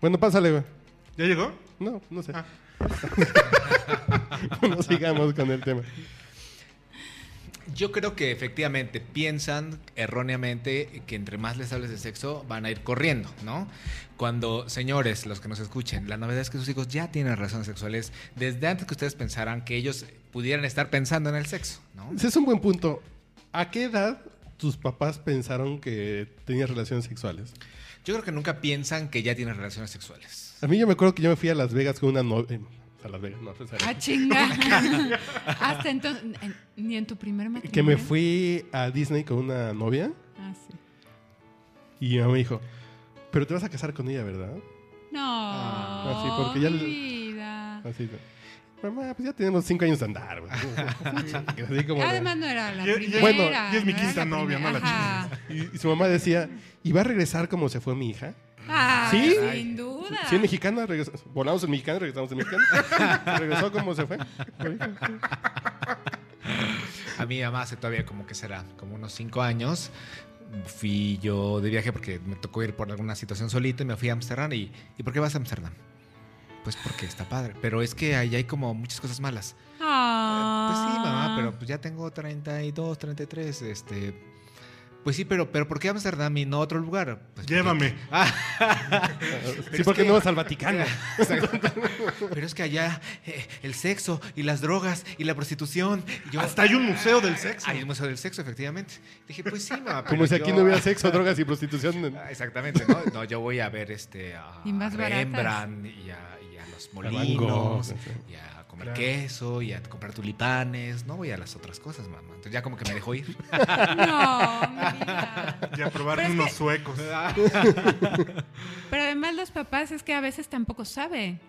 Speaker 2: bueno, pásale, güey.
Speaker 3: ¿Ya llegó?
Speaker 2: No, no sé.
Speaker 3: Ah.
Speaker 2: no sigamos con el tema.
Speaker 1: Yo creo que efectivamente piensan erróneamente que entre más les hables de sexo van a ir corriendo, ¿no? Cuando, señores, los que nos escuchen, la novedad es que sus hijos ya tienen relaciones sexuales desde antes que ustedes pensaran que ellos pudieran estar pensando en el sexo, ¿no?
Speaker 2: Ese es un buen punto. ¿A qué edad tus papás pensaron que tenías relaciones sexuales?
Speaker 1: Yo creo que nunca piensan que ya tienen relaciones sexuales.
Speaker 2: A mí yo me acuerdo que yo me fui a Las Vegas con una novia. a Las Vegas, no, a César.
Speaker 4: Ah, chinga. Hasta entonces, en- ni en tu primer matrimonio.
Speaker 2: Que me fui a Disney con una novia
Speaker 4: Ah, sí.
Speaker 2: y mi mamá me dijo, pero te vas a casar con ella, ¿verdad?
Speaker 4: No.
Speaker 2: Ah, sí, porque ya
Speaker 4: mi
Speaker 2: le-
Speaker 4: vida.
Speaker 2: Así. de, Mamá, pues ya tenemos cinco años de andar. güey". Así como de-
Speaker 4: Además no era la
Speaker 3: Y- y-
Speaker 4: primera.
Speaker 2: Bueno,
Speaker 3: y es mi
Speaker 4: no era
Speaker 3: quinta
Speaker 4: la
Speaker 3: novia,
Speaker 4: primera.
Speaker 3: no la
Speaker 4: Ajá.
Speaker 2: y, y su mamá decía, ¿y va a regresar como se fue mi hija?
Speaker 4: Ah,
Speaker 2: ¿Sí?
Speaker 4: sin duda.
Speaker 2: Sí, en mexicana, regresa- volamos en mexicana, regresamos en mexicana. Regresó como se fue.
Speaker 1: A mí, mamá, hace todavía como que será, como unos cinco años, fui yo de viaje porque me tocó ir por alguna situación solito y me fui a Amsterdam. ¿Y, ¿y por qué vas a Amsterdam? Pues porque está padre. Pero es que ahí hay como muchas cosas malas.
Speaker 4: Ah.
Speaker 1: Pues sí, mamá, pero pues ya tengo 32, 33, este... Pues sí, pero, pero ¿por qué Amsterdam y no otro lugar? Pues porque-
Speaker 3: Llévame.
Speaker 2: Sí,
Speaker 1: es
Speaker 2: porque
Speaker 1: que-
Speaker 2: no vas al Vaticano.
Speaker 1: Pero es que allá eh, el sexo y las drogas y la prostitución... y yo-
Speaker 3: Hasta hay un museo del sexo.
Speaker 1: Hay un museo del sexo, efectivamente. Dije, pues sí, mamá, pero
Speaker 2: Como si aquí
Speaker 1: yo-
Speaker 2: no hubiera sexo, drogas y prostitución.
Speaker 1: Ah, Exactamente, ¿no? No, yo voy a ver este a
Speaker 4: Y más baratas.
Speaker 1: Rembrandt y a, y a los
Speaker 2: Van Gogh,
Speaker 1: molinos,
Speaker 2: sí.
Speaker 1: y a comer
Speaker 3: Claro.
Speaker 1: queso, y a comprar tulipanes. No voy a las otras cosas, mamá. Entonces ya como que me dejó ir.
Speaker 4: No, mi vida.
Speaker 3: Y a probar
Speaker 4: Pero es
Speaker 3: unos
Speaker 4: que-
Speaker 3: suecos. Ah,
Speaker 4: Pero además los papás es que a veces tampoco saben.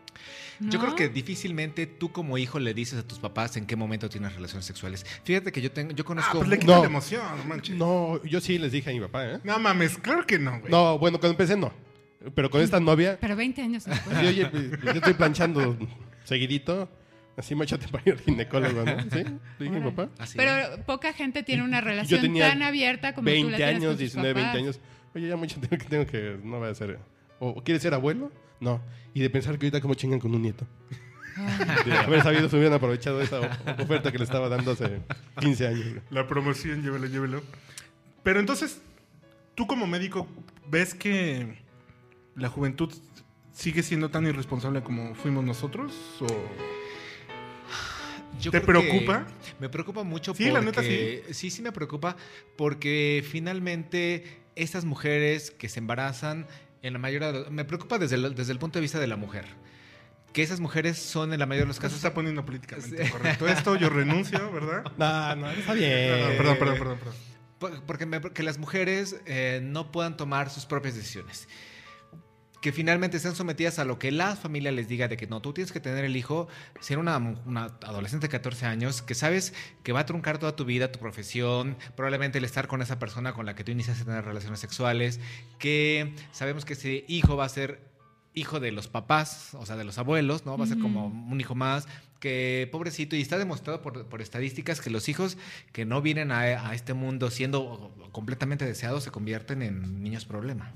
Speaker 1: Yo
Speaker 4: ¿no?
Speaker 1: creo que difícilmente tú como hijo le dices a tus papás en qué momento tienes relaciones sexuales. Fíjate que yo tengo, yo
Speaker 3: Ah,
Speaker 1: conozco.
Speaker 3: pues le quita
Speaker 2: No.
Speaker 3: la emoción, no manches. No.
Speaker 2: No, yo sí les dije a mi papá, ¿eh?
Speaker 3: mames, claro que no, güey.
Speaker 2: No, bueno, cuando empecé no. Pero con esta novia,
Speaker 4: Pero 20 años después.
Speaker 2: sí, oye, pues, yo estoy planchando seguidito. Así machate para ir al ginecólogo, ¿no? Sí, le dije a mi papá.
Speaker 1: Ah, sí.
Speaker 4: Pero poca gente tiene una relación
Speaker 2: tenía
Speaker 4: tan abierta como tú la
Speaker 2: 20
Speaker 4: tienes con
Speaker 2: años,
Speaker 4: tus
Speaker 2: 19, 20
Speaker 4: papás.
Speaker 2: años. Oye, ya mucho tengo que, tengo que no voy a ser. ¿O quieres ser abuelo? No. Y de pensar que ahorita como chingan con un nieto.
Speaker 4: Ah.
Speaker 2: De haber sabido, se hubieran aprovechado esa o- oferta que le estaba dando hace 15 años. güey.
Speaker 3: La promoción, llévelo, llévelo. Pero entonces, tú como médico, ¿ves que la juventud sigue siendo tan irresponsable como fuimos nosotros? ¿O
Speaker 1: Yo
Speaker 3: ¿Te
Speaker 1: creo que
Speaker 3: preocupa?
Speaker 1: Me preocupa mucho
Speaker 3: Sí,
Speaker 1: porque.
Speaker 3: la neta, sí.
Speaker 1: Sí, sí me preocupa porque finalmente estas mujeres que se embarazan, en la mayoría de los- Me preocupa desde el, desde el punto de vista de la mujer. Que esas mujeres son en la mayoría de los
Speaker 3: se
Speaker 1: casos.
Speaker 3: está poniendo políticamente correcto? Esto yo renuncio, ¿verdad?
Speaker 2: No, no, está
Speaker 3: No, no,
Speaker 2: bien.
Speaker 3: perdón, perdón, perdón, perdón. Pues,
Speaker 1: Por- Porque me- que las mujeres eh, no puedan tomar sus propias decisiones. Que finalmente estén sometidas a lo que la familia les diga de que no, tú tienes que tener el hijo, ser una, mu- una adolescente de 14 años, que sabes que va a truncar toda tu vida, tu profesión, probablemente el estar con esa persona con la que tú iniciaste a tener relaciones sexuales, que sabemos que ese hijo va a ser hijo de los papás, o sea, de los abuelos, ¿no? Va a ser como un hijo más, que pobrecito, y está demostrado por, por estadísticas que los hijos que no vienen a, a este mundo siendo completamente deseados se convierten en niños problema.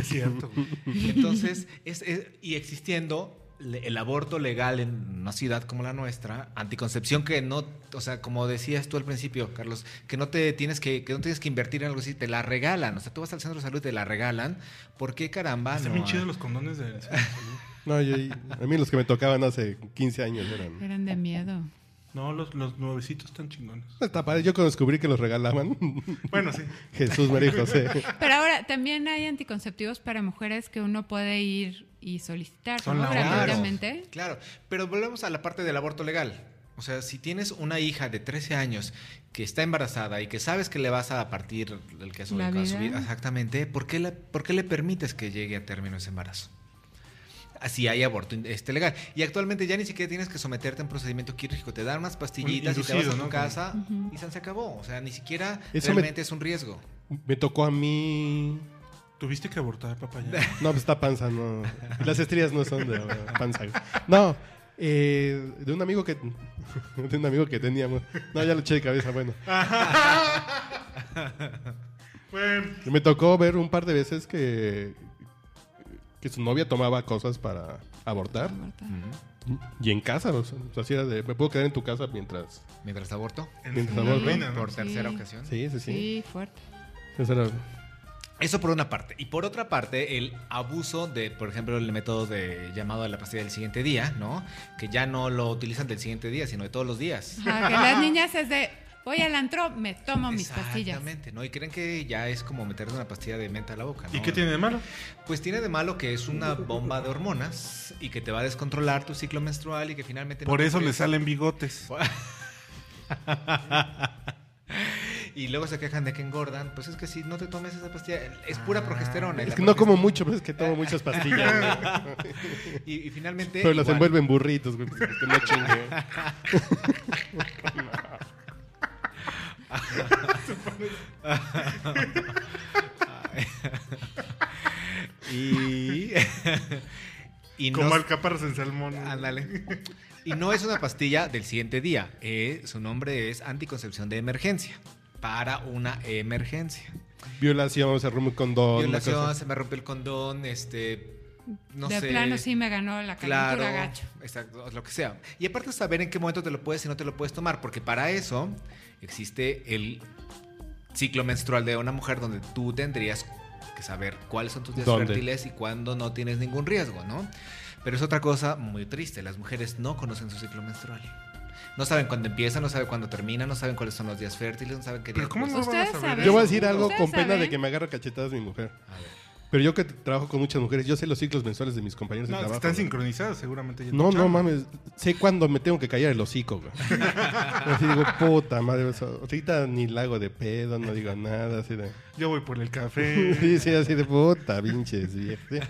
Speaker 3: Es cierto. güey.
Speaker 1: Entonces, es, es- y existiendo le- el aborto legal en una ciudad como la nuestra, anticoncepción que no, o sea, como decías tú al principio, Carlos, que no te tienes que, que no tienes que invertir en algo así, te la regalan, o sea, tú vas al centro de salud y te la regalan, ¿por qué caramba?
Speaker 3: Están
Speaker 1: ah, no
Speaker 3: bien
Speaker 1: hay?
Speaker 3: chidos los condones del...
Speaker 2: No, yo, a mí los que me tocaban hace 15 años
Speaker 3: Eh.
Speaker 2: eran.
Speaker 4: Eran de miedo.
Speaker 3: No, los, los nuevecitos están chingones.
Speaker 2: Está padre. Yo cuando descubrí que los regalaban.
Speaker 3: Bueno, sí.
Speaker 2: Jesús, María y José.
Speaker 4: Pero ahora también hay anticonceptivos para mujeres que uno puede ir y solicitar
Speaker 3: Son
Speaker 4: ¿no?
Speaker 3: la-
Speaker 1: Claro,
Speaker 4: gratuitamente.
Speaker 1: claro, pero volvemos a la parte del aborto legal. O sea, si tienes una hija de 13 años que está embarazada y que sabes que le vas a partir el queso
Speaker 4: La
Speaker 1: a su
Speaker 4: vida.
Speaker 1: vida, exactamente, ¿por qué, le, por qué le permites que llegue a término ese embarazo? Así hay aborto in- este legal. Y actualmente ya ni siquiera tienes que someterte a un procedimiento quirúrgico. Te dan más pastillitas y te vas
Speaker 3: inducido,
Speaker 1: a tu
Speaker 3: ¿no?
Speaker 1: casa
Speaker 4: Ujú.
Speaker 1: y san se acabó. O sea, ni siquiera
Speaker 2: Eso me-
Speaker 1: realmente es un riesgo.
Speaker 2: Me tocó a mí.
Speaker 3: Tuviste que abortar, papá. Ya.
Speaker 2: No, pues está panza, no. Las estrías no son de uh, panza. güey. No, eh, de un amigo que. De un amigo que teníamos. No, ya lo eché de cabeza, bueno.
Speaker 3: Bueno,
Speaker 2: Me tocó ver un par de veces que. Que su novia tomaba cosas para abortar.
Speaker 4: Marta.
Speaker 2: Y en casa, o sea, o sea, así era de. Me puedo quedar en tu casa mientras.
Speaker 1: Mientras aborto,
Speaker 3: en
Speaker 2: Mientras
Speaker 3: la
Speaker 2: aborto.
Speaker 3: ruina, ¿no?
Speaker 1: por tercera
Speaker 4: Sí.
Speaker 1: ocasión.
Speaker 2: Sí, sí, sí.
Speaker 4: Sí, fuerte.
Speaker 2: Eso era-
Speaker 1: Eso por una parte. Y por otra parte, el abuso de, por ejemplo, el método de llamado a la pastilla del siguiente día, ¿no? Que ya no lo utilizan del siguiente día, sino de todos los días.
Speaker 4: Ajá, que las niñas es de, voy al antro, me tomo mis pastillas.
Speaker 1: Exactamente, ¿no? Y creen que ya es como meterse una pastilla de menta a la boca, ¿no?
Speaker 3: ¿Y qué tiene de malo?
Speaker 1: Pues tiene de malo que es una bomba de hormonas y que te va a descontrolar tu ciclo menstrual y que finalmente... no
Speaker 3: Por
Speaker 1: te
Speaker 3: eso le
Speaker 1: puedes-
Speaker 3: salen bigotes.
Speaker 1: Y luego se quejan de que engordan. Pues es que si no te tomes esa pastilla, es pura
Speaker 3: Ah,
Speaker 1: progesterona. y
Speaker 2: Es
Speaker 1: la
Speaker 2: que no como
Speaker 1: progest-
Speaker 2: mucho, pero es que tomo muchas pastillas. güey.
Speaker 1: Y, y finalmente...
Speaker 2: Pero las
Speaker 1: igual.
Speaker 2: envuelven burritos, güey. pues, Que no chingue.
Speaker 1: Y... y
Speaker 3: Como
Speaker 1: no-
Speaker 3: alcaparras en salmón.
Speaker 1: Ándale. Y no es una pastilla del siguiente día. eh, su nombre es anticoncepción de emergencia. Para una emergencia.
Speaker 2: Violación, se rompe con dos.
Speaker 1: Violación, se me rompió el condón, este. No
Speaker 4: de
Speaker 1: sé.
Speaker 4: plano sí me ganó la calentura
Speaker 1: Claro,
Speaker 4: gacho.
Speaker 1: exacto, lo que sea. Y aparte saber en qué momento te lo puedes y no te lo puedes tomar, porque para eso existe el ciclo menstrual de una mujer donde tú tendrías que saber cuáles son tus días
Speaker 2: ¿Dónde?
Speaker 1: fértiles y cuándo no tienes ningún riesgo, ¿no? Pero es otra cosa muy triste, las mujeres no conocen su ciclo menstrual. No saben cuándo empieza, no saben cuándo termina, no saben cuáles son los días fértiles, no saben qué
Speaker 3: Pero
Speaker 1: días
Speaker 3: ¿cómo no van a
Speaker 4: Ustedes
Speaker 3: saber?
Speaker 4: saben.
Speaker 2: Yo voy a decir algo
Speaker 4: Ustedes
Speaker 2: con pena
Speaker 4: saben.
Speaker 2: de que me agarra cachetadas mi mujer.
Speaker 1: A ver.
Speaker 2: Pero yo que t- trabajo con muchas mujeres, yo sé los ciclos mensuales de mis compañeros
Speaker 3: No,
Speaker 2: de trabajo.
Speaker 3: están
Speaker 2: güey.
Speaker 3: sincronizados seguramente. ya en
Speaker 2: No,
Speaker 3: tu
Speaker 2: no
Speaker 3: chamba.
Speaker 2: mames. Sé cuándo me tengo que callar el hocico, güey. Así digo, puta madre. o sea, Ahorita ni la hago de pedo, no digo nada, así de.
Speaker 3: Yo voy por el café.
Speaker 2: Sí, sí, así de puta, pinches viejo. Sí.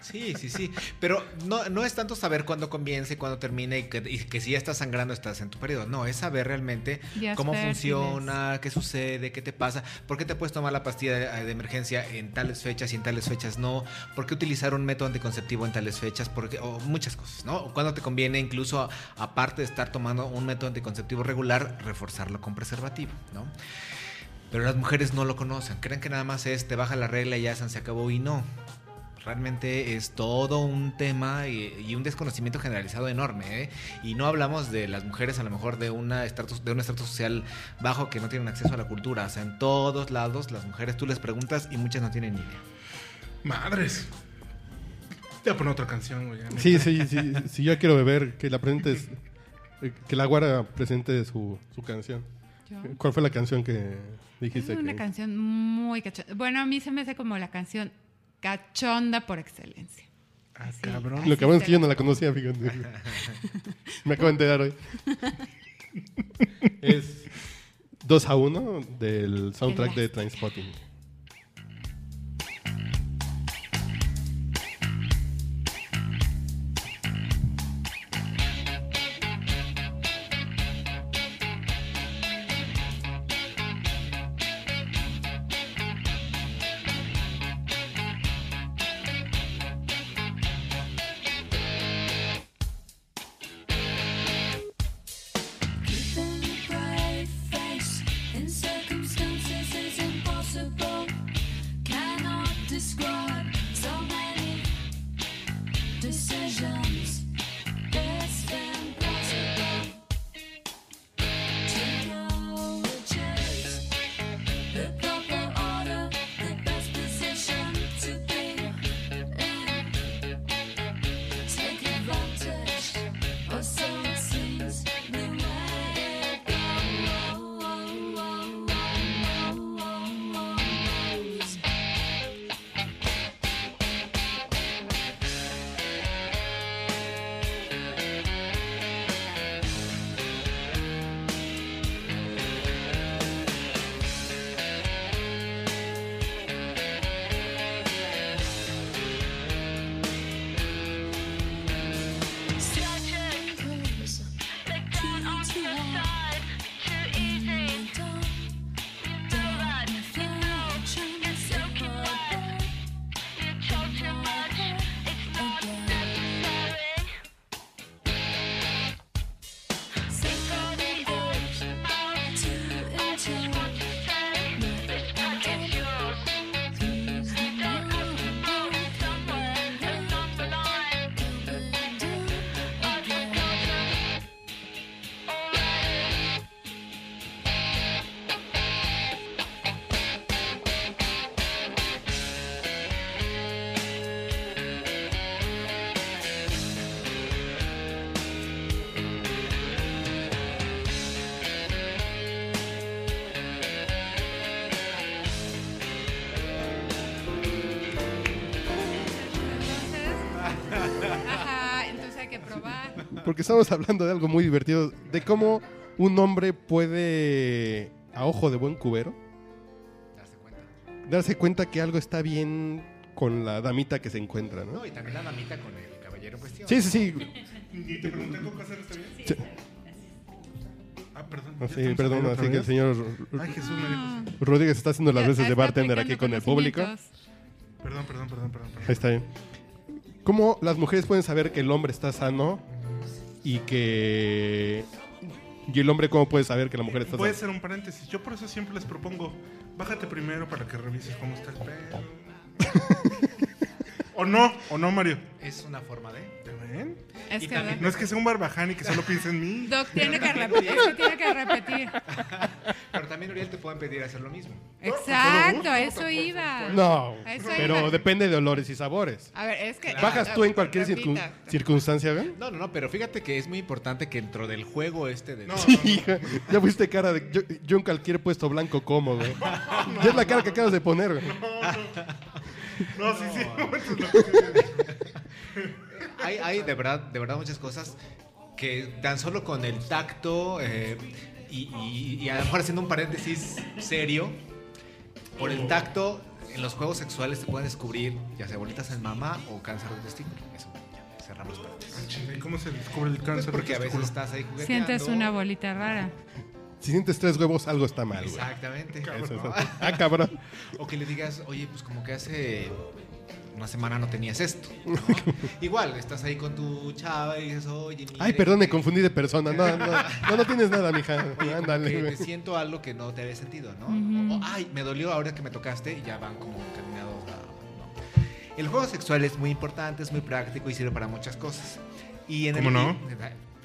Speaker 1: Sí, sí, sí. Pero no, no es tanto saber cuándo comienza y cuándo termina y que, y que si ya estás sangrando estás en tu periodo. No, es saber realmente
Speaker 4: Días
Speaker 1: cómo
Speaker 4: fértiles.
Speaker 1: funciona, qué sucede, qué te pasa, por qué te puedes tomar la pastilla de, de emergencia en tales fechas y en tales fechas no, por qué utilizar un método anticonceptivo en tales fechas, por qué- o muchas cosas, ¿no? O cuándo te conviene incluso, aparte de estar tomando un método anticonceptivo regular, reforzarlo con preservativo, ¿no? Pero las mujeres no lo conocen, creen que nada más es te baja la regla y ya se acabó y no. Realmente es todo un tema y, y un desconocimiento generalizado enorme. ¿eh? Y no hablamos de las mujeres a lo mejor de, una estatus, de un estatus social bajo que no tienen acceso a la cultura. O sea, en todos lados las mujeres tú les preguntas y muchas no tienen ni idea.
Speaker 3: Madres. Te voy a poner otra canción, güey. ya,
Speaker 2: Sí, sí, sí. Si yo quiero beber, que la presentes. eh, Que la guarda presente su, su canción.
Speaker 4: Yo-
Speaker 2: ¿Cuál fue la canción que dijiste?
Speaker 4: Es una
Speaker 2: que-
Speaker 4: canción muy cachonda. Bueno, a mí se me hace como la canción cachonda por excelencia.
Speaker 3: Ah,
Speaker 4: Así,
Speaker 3: cabrón.
Speaker 4: así
Speaker 2: Lo que bueno es
Speaker 4: se
Speaker 2: que yo no la conocía, fíjate. Me acabo de enterar hoy. es 2 a 1 del soundtrack de Trainspotting.
Speaker 5: bright face in circumstances is impossible. Cannot describe so many decisions. It's impossible to know which is the proper order, the best position to be in. Take advantage or so it seems the way it goes.
Speaker 4: acaba. Ajá, entonces hay que probar.
Speaker 2: Porque estamos hablando de algo muy divertido, de cómo un hombre puede, a ojo de buen cubero,
Speaker 1: ¿Te cuenta?
Speaker 2: darse cuenta que algo está bien con la damita que se encuentra, ¿no?
Speaker 1: No, y también la damita con el caballero en cuestión.
Speaker 2: Sí, sí, sí.
Speaker 3: Y te pregunté cómo hacer este bien.
Speaker 2: Sí.
Speaker 3: Ah, perdón. ¿Ya
Speaker 2: Así,
Speaker 3: estamos
Speaker 2: perdón,
Speaker 3: otra
Speaker 2: así que el
Speaker 3: vez?
Speaker 2: señor
Speaker 3: Ay, Jesús me
Speaker 4: Ah.
Speaker 3: dijo. sí.
Speaker 2: Rodríguez está haciendo las veces de
Speaker 4: Está
Speaker 2: bartender aquí
Speaker 4: aplicando
Speaker 2: con el público. Ahí
Speaker 4: conocimientos.
Speaker 3: Perdón, perdón, perdón, perdón. perdón.
Speaker 2: está bien. ¿Cómo las mujeres pueden saber que el hombre está sano y que... Y el hombre cómo puede saber que la mujer está
Speaker 3: Voy a
Speaker 2: sana?
Speaker 3: hacer un paréntesis. Yo por eso siempre les propongo, bájate primero para que revises cómo está el pelo. o no, o no, Mario.
Speaker 1: Es una forma de...
Speaker 3: ¿Te ven?
Speaker 4: Es
Speaker 1: Y
Speaker 4: que,
Speaker 1: también-
Speaker 3: No es que sea un barbaján y que solo piense en mí.
Speaker 4: Doc tiene que repetir, es que tiene que repetir.
Speaker 1: Pero también, Uriel, te pueden pedir hacer lo mismo.
Speaker 4: Exacto, a eso
Speaker 3: por
Speaker 4: iba.
Speaker 2: No,
Speaker 4: A eso Ah,
Speaker 2: pero
Speaker 4: iba.
Speaker 2: depende de olores y sabores.
Speaker 4: A ver, es que.
Speaker 2: ¿Bajas tú en cualquier circun-
Speaker 4: circunstancia.
Speaker 2: circunstancia, güey?
Speaker 1: No, no, no, pero fíjate que es muy importante que dentro del juego este de...
Speaker 3: No,
Speaker 2: Hija, ya fuiste cara de. Yo, yo en cualquier puesto blanco como, güey. ya es la cara que acabas de poner, güey.
Speaker 3: no, no, no. No, sí, sí.
Speaker 1: Hay, hay de verdad, de verdad muchas cosas que tan solo con el tacto eh, y, y- y a lo mejor haciendo un paréntesis serio, por el tacto en los juegos sexuales se pueden descubrir ya sea bolitas en mama o cáncer de testículo. Eso, ya, cerramos
Speaker 2: Ah,
Speaker 1: paréntesis.
Speaker 3: Chinga, ¿y ¿Cómo se descubre el
Speaker 1: Pues
Speaker 3: cáncer?
Speaker 1: porque
Speaker 3: de
Speaker 1: a veces
Speaker 3: testículo?
Speaker 1: estás ahí jugueteando.
Speaker 4: Sientes una bolita rara.
Speaker 2: Si sientes tres huevos, algo está mal, güey.
Speaker 1: Exactamente.
Speaker 2: Eso
Speaker 1: ¿no?
Speaker 2: está- Ah, cabrón.
Speaker 1: O que le digas, oye, pues como que hace una semana no tenías esto. ¿no? Igual, estás ahí con tu chava y dices, oye, este, mire,
Speaker 2: Ay, perdón, me
Speaker 1: que-
Speaker 2: confundí de persona. No, no, no, no tienes nada, mija.
Speaker 1: Oye, como
Speaker 2: Ándale,
Speaker 1: que
Speaker 2: güey.
Speaker 1: te siento algo que no te había sentido, ¿no?
Speaker 4: Ujú.
Speaker 1: O, ay, me dolió ahora que me tocaste y ya van como caminados a- ¿no? El juego sexual es muy importante, es muy práctico y sirve para muchas cosas. Y en el-
Speaker 3: ¿Cómo no?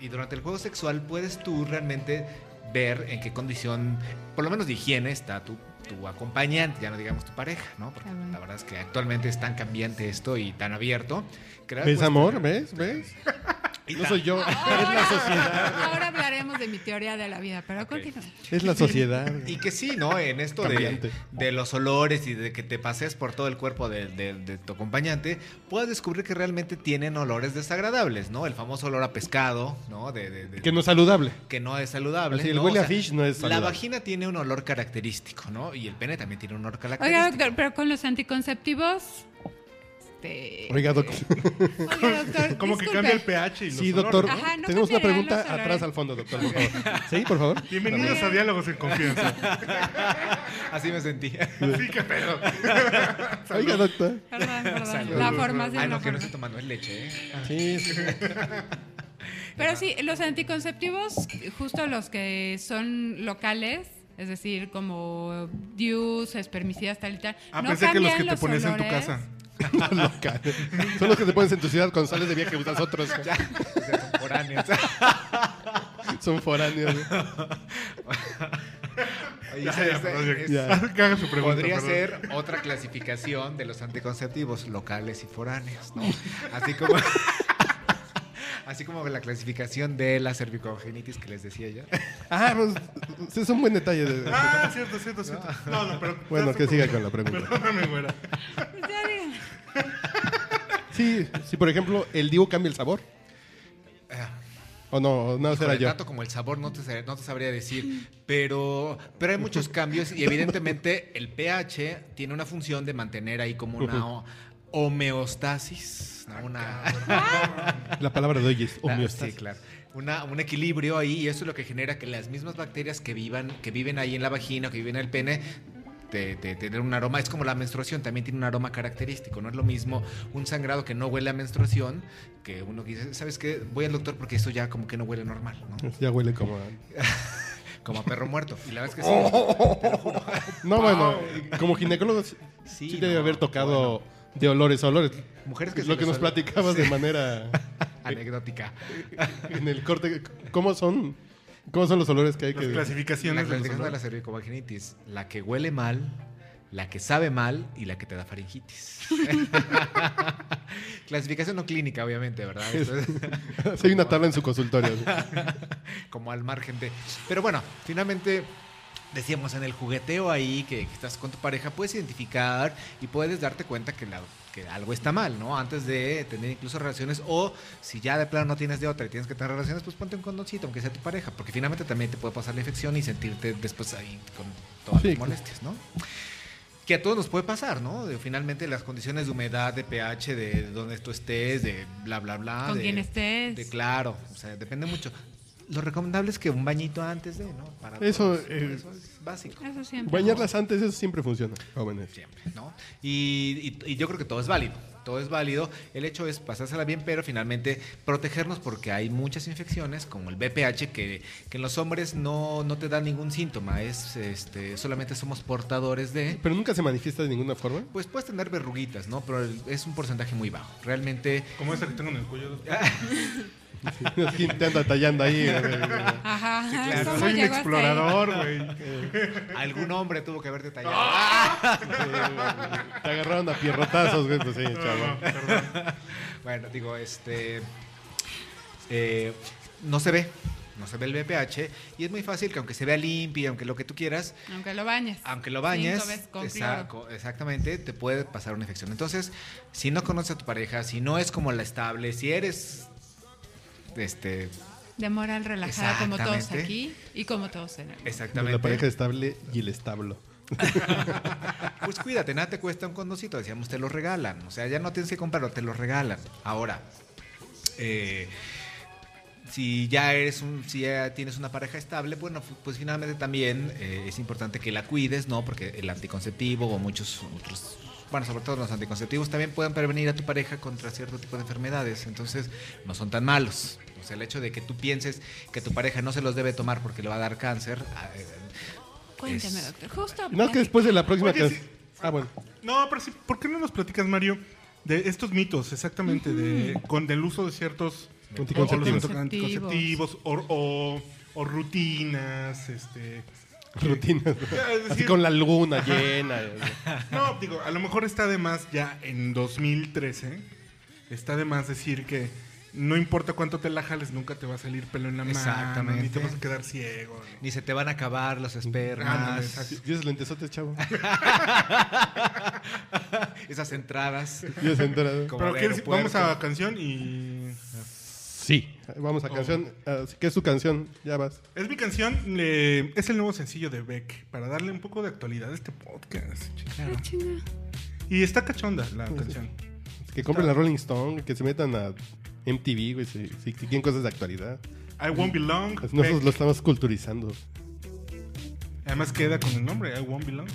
Speaker 1: Y, durante el juego sexual puedes tú realmente ver en qué condición, por lo menos de higiene, está tu, tu acompañante, ya no digamos tu pareja, ¿no? Porque
Speaker 4: Claro.
Speaker 1: la verdad es que actualmente es tan cambiante esto y tan abierto. que la verdad
Speaker 2: ¿Ves,
Speaker 1: puedes
Speaker 2: amor?
Speaker 1: tener-
Speaker 2: ¿Ves? ¿Ves?
Speaker 1: pues, Y
Speaker 2: No
Speaker 1: tan-
Speaker 2: soy yo.
Speaker 4: Ahora, ahora hablaremos de mi teoría de la vida, pero continúa.
Speaker 2: Es la sociedad.
Speaker 1: Y que sí, ¿no? En esto
Speaker 2: Cambiante.
Speaker 1: de, de los olores y de que te pasees por todo el cuerpo de, de- de tu acompañante, puedas descubrir que realmente tienen olores desagradables, ¿no? El famoso olor a pescado, ¿no? De, de- de-
Speaker 2: Que no es saludable.
Speaker 1: que no es saludable.
Speaker 2: Así, el
Speaker 1: ¿no?
Speaker 2: huele a fish no es
Speaker 1: La
Speaker 2: saludable.
Speaker 1: vagina tiene un olor característico, ¿no? Y el pene también tiene un olor característico.
Speaker 4: Oiga, doctor, pero con los anticonceptivos. Este,
Speaker 2: Oiga, doc-
Speaker 4: oiga, doctor.
Speaker 3: Como que
Speaker 4: disculpe.
Speaker 3: cambia el pH y los
Speaker 2: Sí,
Speaker 3: olores,
Speaker 2: doctor.
Speaker 3: ¿no?
Speaker 4: Ajá, no
Speaker 2: Tenemos una
Speaker 4: cambiarán
Speaker 2: pregunta
Speaker 4: los olores.
Speaker 2: atrás al fondo, doctor, por favor. Sí, por favor.
Speaker 3: Bienvenidos a Diálogos en Confianza.
Speaker 1: Así me sentí.
Speaker 3: Así que pedo.
Speaker 2: Oiga, doctor.
Speaker 4: Perdón, perdón,
Speaker 1: Salud.
Speaker 4: La formación.
Speaker 1: Ay,
Speaker 4: la
Speaker 1: no, que no
Speaker 4: formación.
Speaker 1: estoy tomando es leche, ¿eh?
Speaker 2: Sí, sí.
Speaker 4: Pero sí, los anticonceptivos, justo los que son locales, es decir, como DIUs, espermicidas, tal y tal.
Speaker 3: Ah,
Speaker 4: no
Speaker 3: pensé que los
Speaker 4: cambian
Speaker 3: que te ponías en tu
Speaker 4: olores.
Speaker 3: casa.
Speaker 2: No, loca. Son los que te pones en tu ciudad cuando sales de viaje, usas otros.
Speaker 1: Ya, o sea, contemporáneos.
Speaker 2: Son foráneos.
Speaker 1: Oye,
Speaker 3: Ya, ya,
Speaker 1: esa- esa-
Speaker 3: perdón,
Speaker 1: esa-
Speaker 2: ya.
Speaker 3: Ah, que haga su pregunta.
Speaker 1: Podría
Speaker 3: perdón.
Speaker 1: ser otra clasificación de los anticonceptivos locales y foráneos, ¿no? Así como, así como la clasificación de la cervicogenitis que les decía yo.
Speaker 2: Ah, pues, es un buen detalle. de-
Speaker 3: Ah, cierto, cierto, cierto. No, no, pero.
Speaker 2: Bueno,
Speaker 3: pero-
Speaker 2: que siga con la pregunta.
Speaker 3: Perdóname, güera.
Speaker 4: Ya digan.
Speaker 2: Sí, sí, por ejemplo, el Divo cambia el sabor. O no, o no
Speaker 1: Por
Speaker 2: será
Speaker 1: el
Speaker 2: yo.
Speaker 1: dato como el sabor no te, sa- no te sabría decir, pero, pero hay muchos cambios y evidentemente el pH tiene una función de mantener ahí como una o- homeostasis,
Speaker 3: Ah,
Speaker 1: ¿no? una...
Speaker 2: La palabra de hoy es
Speaker 1: La-
Speaker 2: homeostasis.
Speaker 1: sí, claro. Una- un equilibrio ahí y eso es lo que genera que las mismas bacterias que vivan, que viven ahí en la vagina, que viven en el pene, te, te- tener un aroma. Es como la menstruación, también tiene un aroma característico. No es lo mismo un sangrado que no huele a menstruación que uno que dice, ¿sabes qué? Voy al doctor porque eso ya como que no huele normal, ¿no?
Speaker 2: Ya huele como. a-
Speaker 1: Como a perro muerto. Y la verdad es que sí.
Speaker 2: No, bueno, como ginecólogo sí,
Speaker 1: Sí,
Speaker 2: sí debe
Speaker 1: no,
Speaker 2: haber tocado de olores a olores.
Speaker 1: Mujeres que se
Speaker 2: Lo que
Speaker 1: les
Speaker 2: nos
Speaker 1: olor-
Speaker 2: platicabas de
Speaker 1: Sí.
Speaker 2: manera
Speaker 1: Anecdótica.
Speaker 2: en el corte. ¿Cómo son, cómo son los olores que hay
Speaker 3: Las
Speaker 2: que.
Speaker 1: La
Speaker 3: clasificaciones. de los
Speaker 1: clasificación de la
Speaker 3: olores.
Speaker 1: cervicovaginitis, la que huele mal, la que sabe mal y la que te da faringitis. clasificación no clínica, obviamente, ¿verdad? Eso es
Speaker 2: Sí, hay una tabla en su consultorio.
Speaker 1: como al margen de... Pero bueno, finalmente... Decíamos en el jugueteo ahí que, que estás con tu pareja, puedes identificar y puedes darte cuenta que, la- que algo está mal, ¿no? Antes de tener incluso relaciones o si ya de plano no tienes de otra y tienes que tener relaciones, pues ponte un condoncito, aunque sea tu pareja, porque finalmente también te puede pasar la infección y sentirte después ahí con todas
Speaker 2: Sí,
Speaker 1: las
Speaker 2: claro.
Speaker 1: molestias, ¿no? que a todos nos puede pasar, ¿no? De, finalmente las condiciones de humedad, de pH, de donde tú estés, de bla, bla, bla.
Speaker 4: Con
Speaker 1: de-
Speaker 4: quién estés.
Speaker 1: De claro, o sea, depende mucho. Lo recomendable es que un bañito antes de, ¿no? Para
Speaker 2: Eso,
Speaker 1: todos,
Speaker 2: eh,
Speaker 1: eso es básico.
Speaker 4: Eso siempre.
Speaker 2: Bañarlas antes, eso siempre funciona, jóvenes.
Speaker 1: Siempre, ¿no? Y, y- y yo creo que todo es válido. Todo es válido. El hecho es pasársela bien, pero finalmente protegernos porque hay muchas infecciones, como el BPH, que, que en los hombres no, no te da ningún síntoma. Es, este, solamente somos portadores de.
Speaker 2: Pero nunca se manifiesta de ninguna forma.
Speaker 1: Pues puedes tener verruguitas, ¿no? Pero el- es un porcentaje muy bajo. Realmente,
Speaker 3: Como esa que tengo en el cuello.
Speaker 2: Aquí te anda tallando ahí. eh, eh, eh.
Speaker 4: Ajá,
Speaker 1: claro.
Speaker 4: ¿cómo
Speaker 3: Soy un
Speaker 4: llegó hasta ahí?
Speaker 3: explorador, güey.
Speaker 1: algún hombre tuvo que haberte tallado.
Speaker 2: Te agarraron a pierrotazos, güey. Pues sí, chaval.
Speaker 1: Bueno, digo, este. eh, no se ve. no se ve el BPH, y es muy fácil que aunque se vea limpia, aunque lo que tú quieras,
Speaker 4: Aunque lo bañes.
Speaker 1: aunque lo bañes,
Speaker 4: Cinco veces con
Speaker 1: exacto, exactamente, te puede pasar una infección. Entonces, si no conoces a tu pareja, si no es como la estable, si eres este
Speaker 4: cloro. De moral relajada como todos
Speaker 1: Exactamente.
Speaker 4: aquí y como todos en el mundo.
Speaker 2: Pues
Speaker 1: exactamente
Speaker 2: La pareja estable y el establo.
Speaker 1: Pues cuídate, nada te cuesta un condoncito. Decíamos, te lo regalan. O sea, ya no tienes que comprarlo, te lo regalan. Ahora, eh, si ya eres un, si ya tienes una pareja estable, bueno, fu- pues finalmente también eh, es importante que la cuides, ¿no? Porque el anticonceptivo o muchos otros. Bueno, sobre todo los anticonceptivos también pueden prevenir a tu pareja contra cierto tipo de enfermedades, entonces no son tan malos. O sea, el hecho de que tú pienses que tu pareja no se los debe tomar porque le va a dar cáncer, eh,
Speaker 4: Cuéntame,
Speaker 1: Es-
Speaker 4: doctor. Justo.
Speaker 2: No, que después de la próxima
Speaker 3: Oye,
Speaker 2: can-
Speaker 3: sí.
Speaker 2: Ah, bueno.
Speaker 3: No, pero sí, ¿por qué no nos platicas, Mario, de estos mitos exactamente de, con el uso de ciertos
Speaker 2: Anticonceptivos.
Speaker 3: o los anticonceptivos o, o- o rutinas? Este,
Speaker 2: Rutinas.
Speaker 3: es decir-
Speaker 2: Así con la luna llena.
Speaker 3: No, digo, a lo mejor está de más ya en 2013, está de más decir que no importa cuánto te la jales, nunca te va a salir pelo en la mano,
Speaker 1: Exactamente.
Speaker 3: ni te vas a quedar ciego. ni-
Speaker 1: ni se te van a acabar los espermas.
Speaker 3: Ándale, exacto.
Speaker 2: Dios lentesotes, chavo.
Speaker 1: Esas entradas.
Speaker 2: Dios enterado.
Speaker 1: Como
Speaker 3: Pero
Speaker 1: de
Speaker 3: ¿quieres- vamos
Speaker 1: aeropuerto.
Speaker 3: a canción y...
Speaker 2: Sí. Vamos a canción. Así que es su canción. Ya vas.
Speaker 3: Es mi canción, eh, es el nuevo sencillo de Beck, para darle un poco de actualidad a este podcast. Y está cachonda la
Speaker 1: Pues,
Speaker 3: canción.
Speaker 2: Que compren la Rolling Stone. Que se metan a MTV, güey. Si, si quieren cosas de actualidad.
Speaker 3: I Won't Be Long.
Speaker 1: Pues,
Speaker 2: Nosotros
Speaker 3: Beck.
Speaker 2: lo estamos culturizando.
Speaker 3: Además queda con el nombre, I Won't Be Long.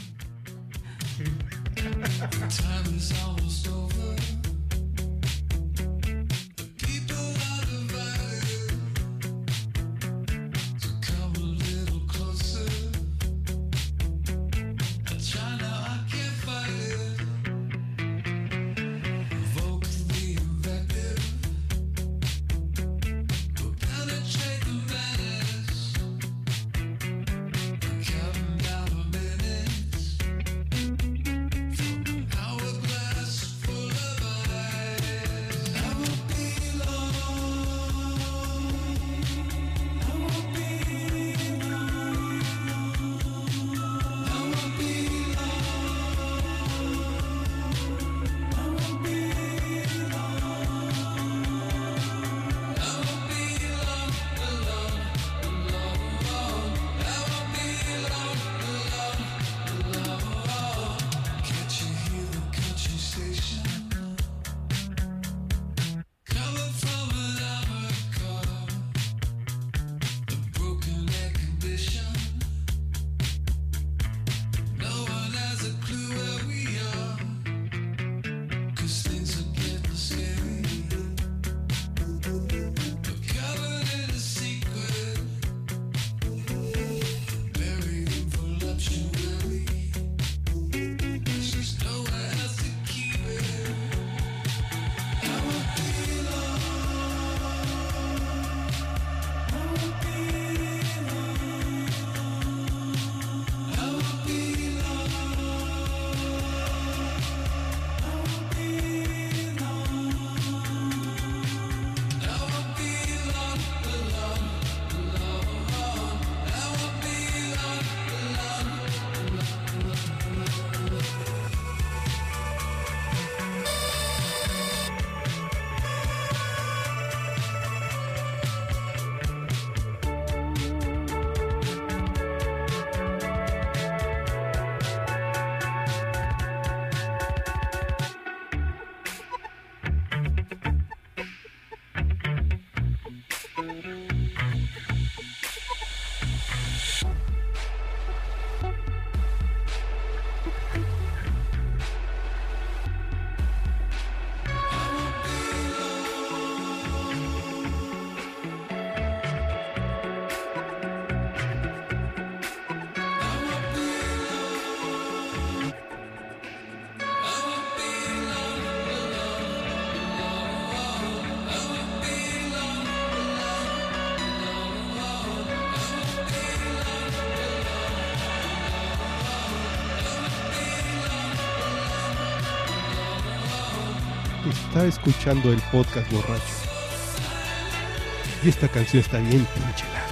Speaker 2: Está escuchando el podcast borracho. Y esta canción está bien pinche larga.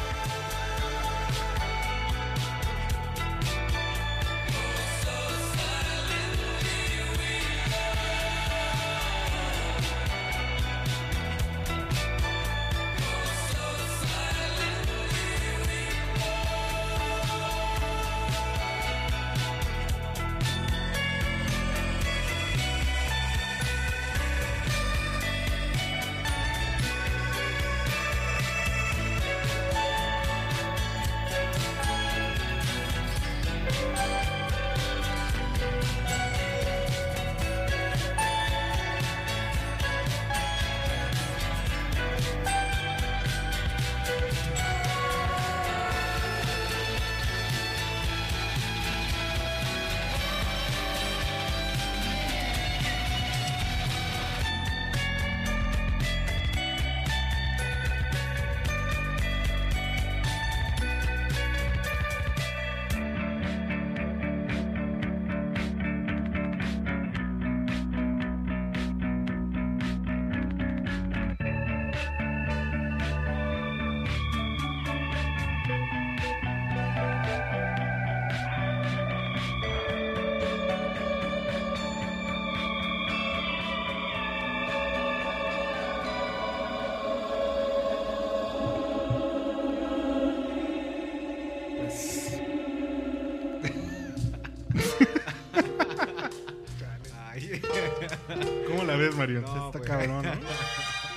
Speaker 3: Mario.
Speaker 1: No, pues.
Speaker 3: está
Speaker 1: güey.
Speaker 3: cabrón, ¿no?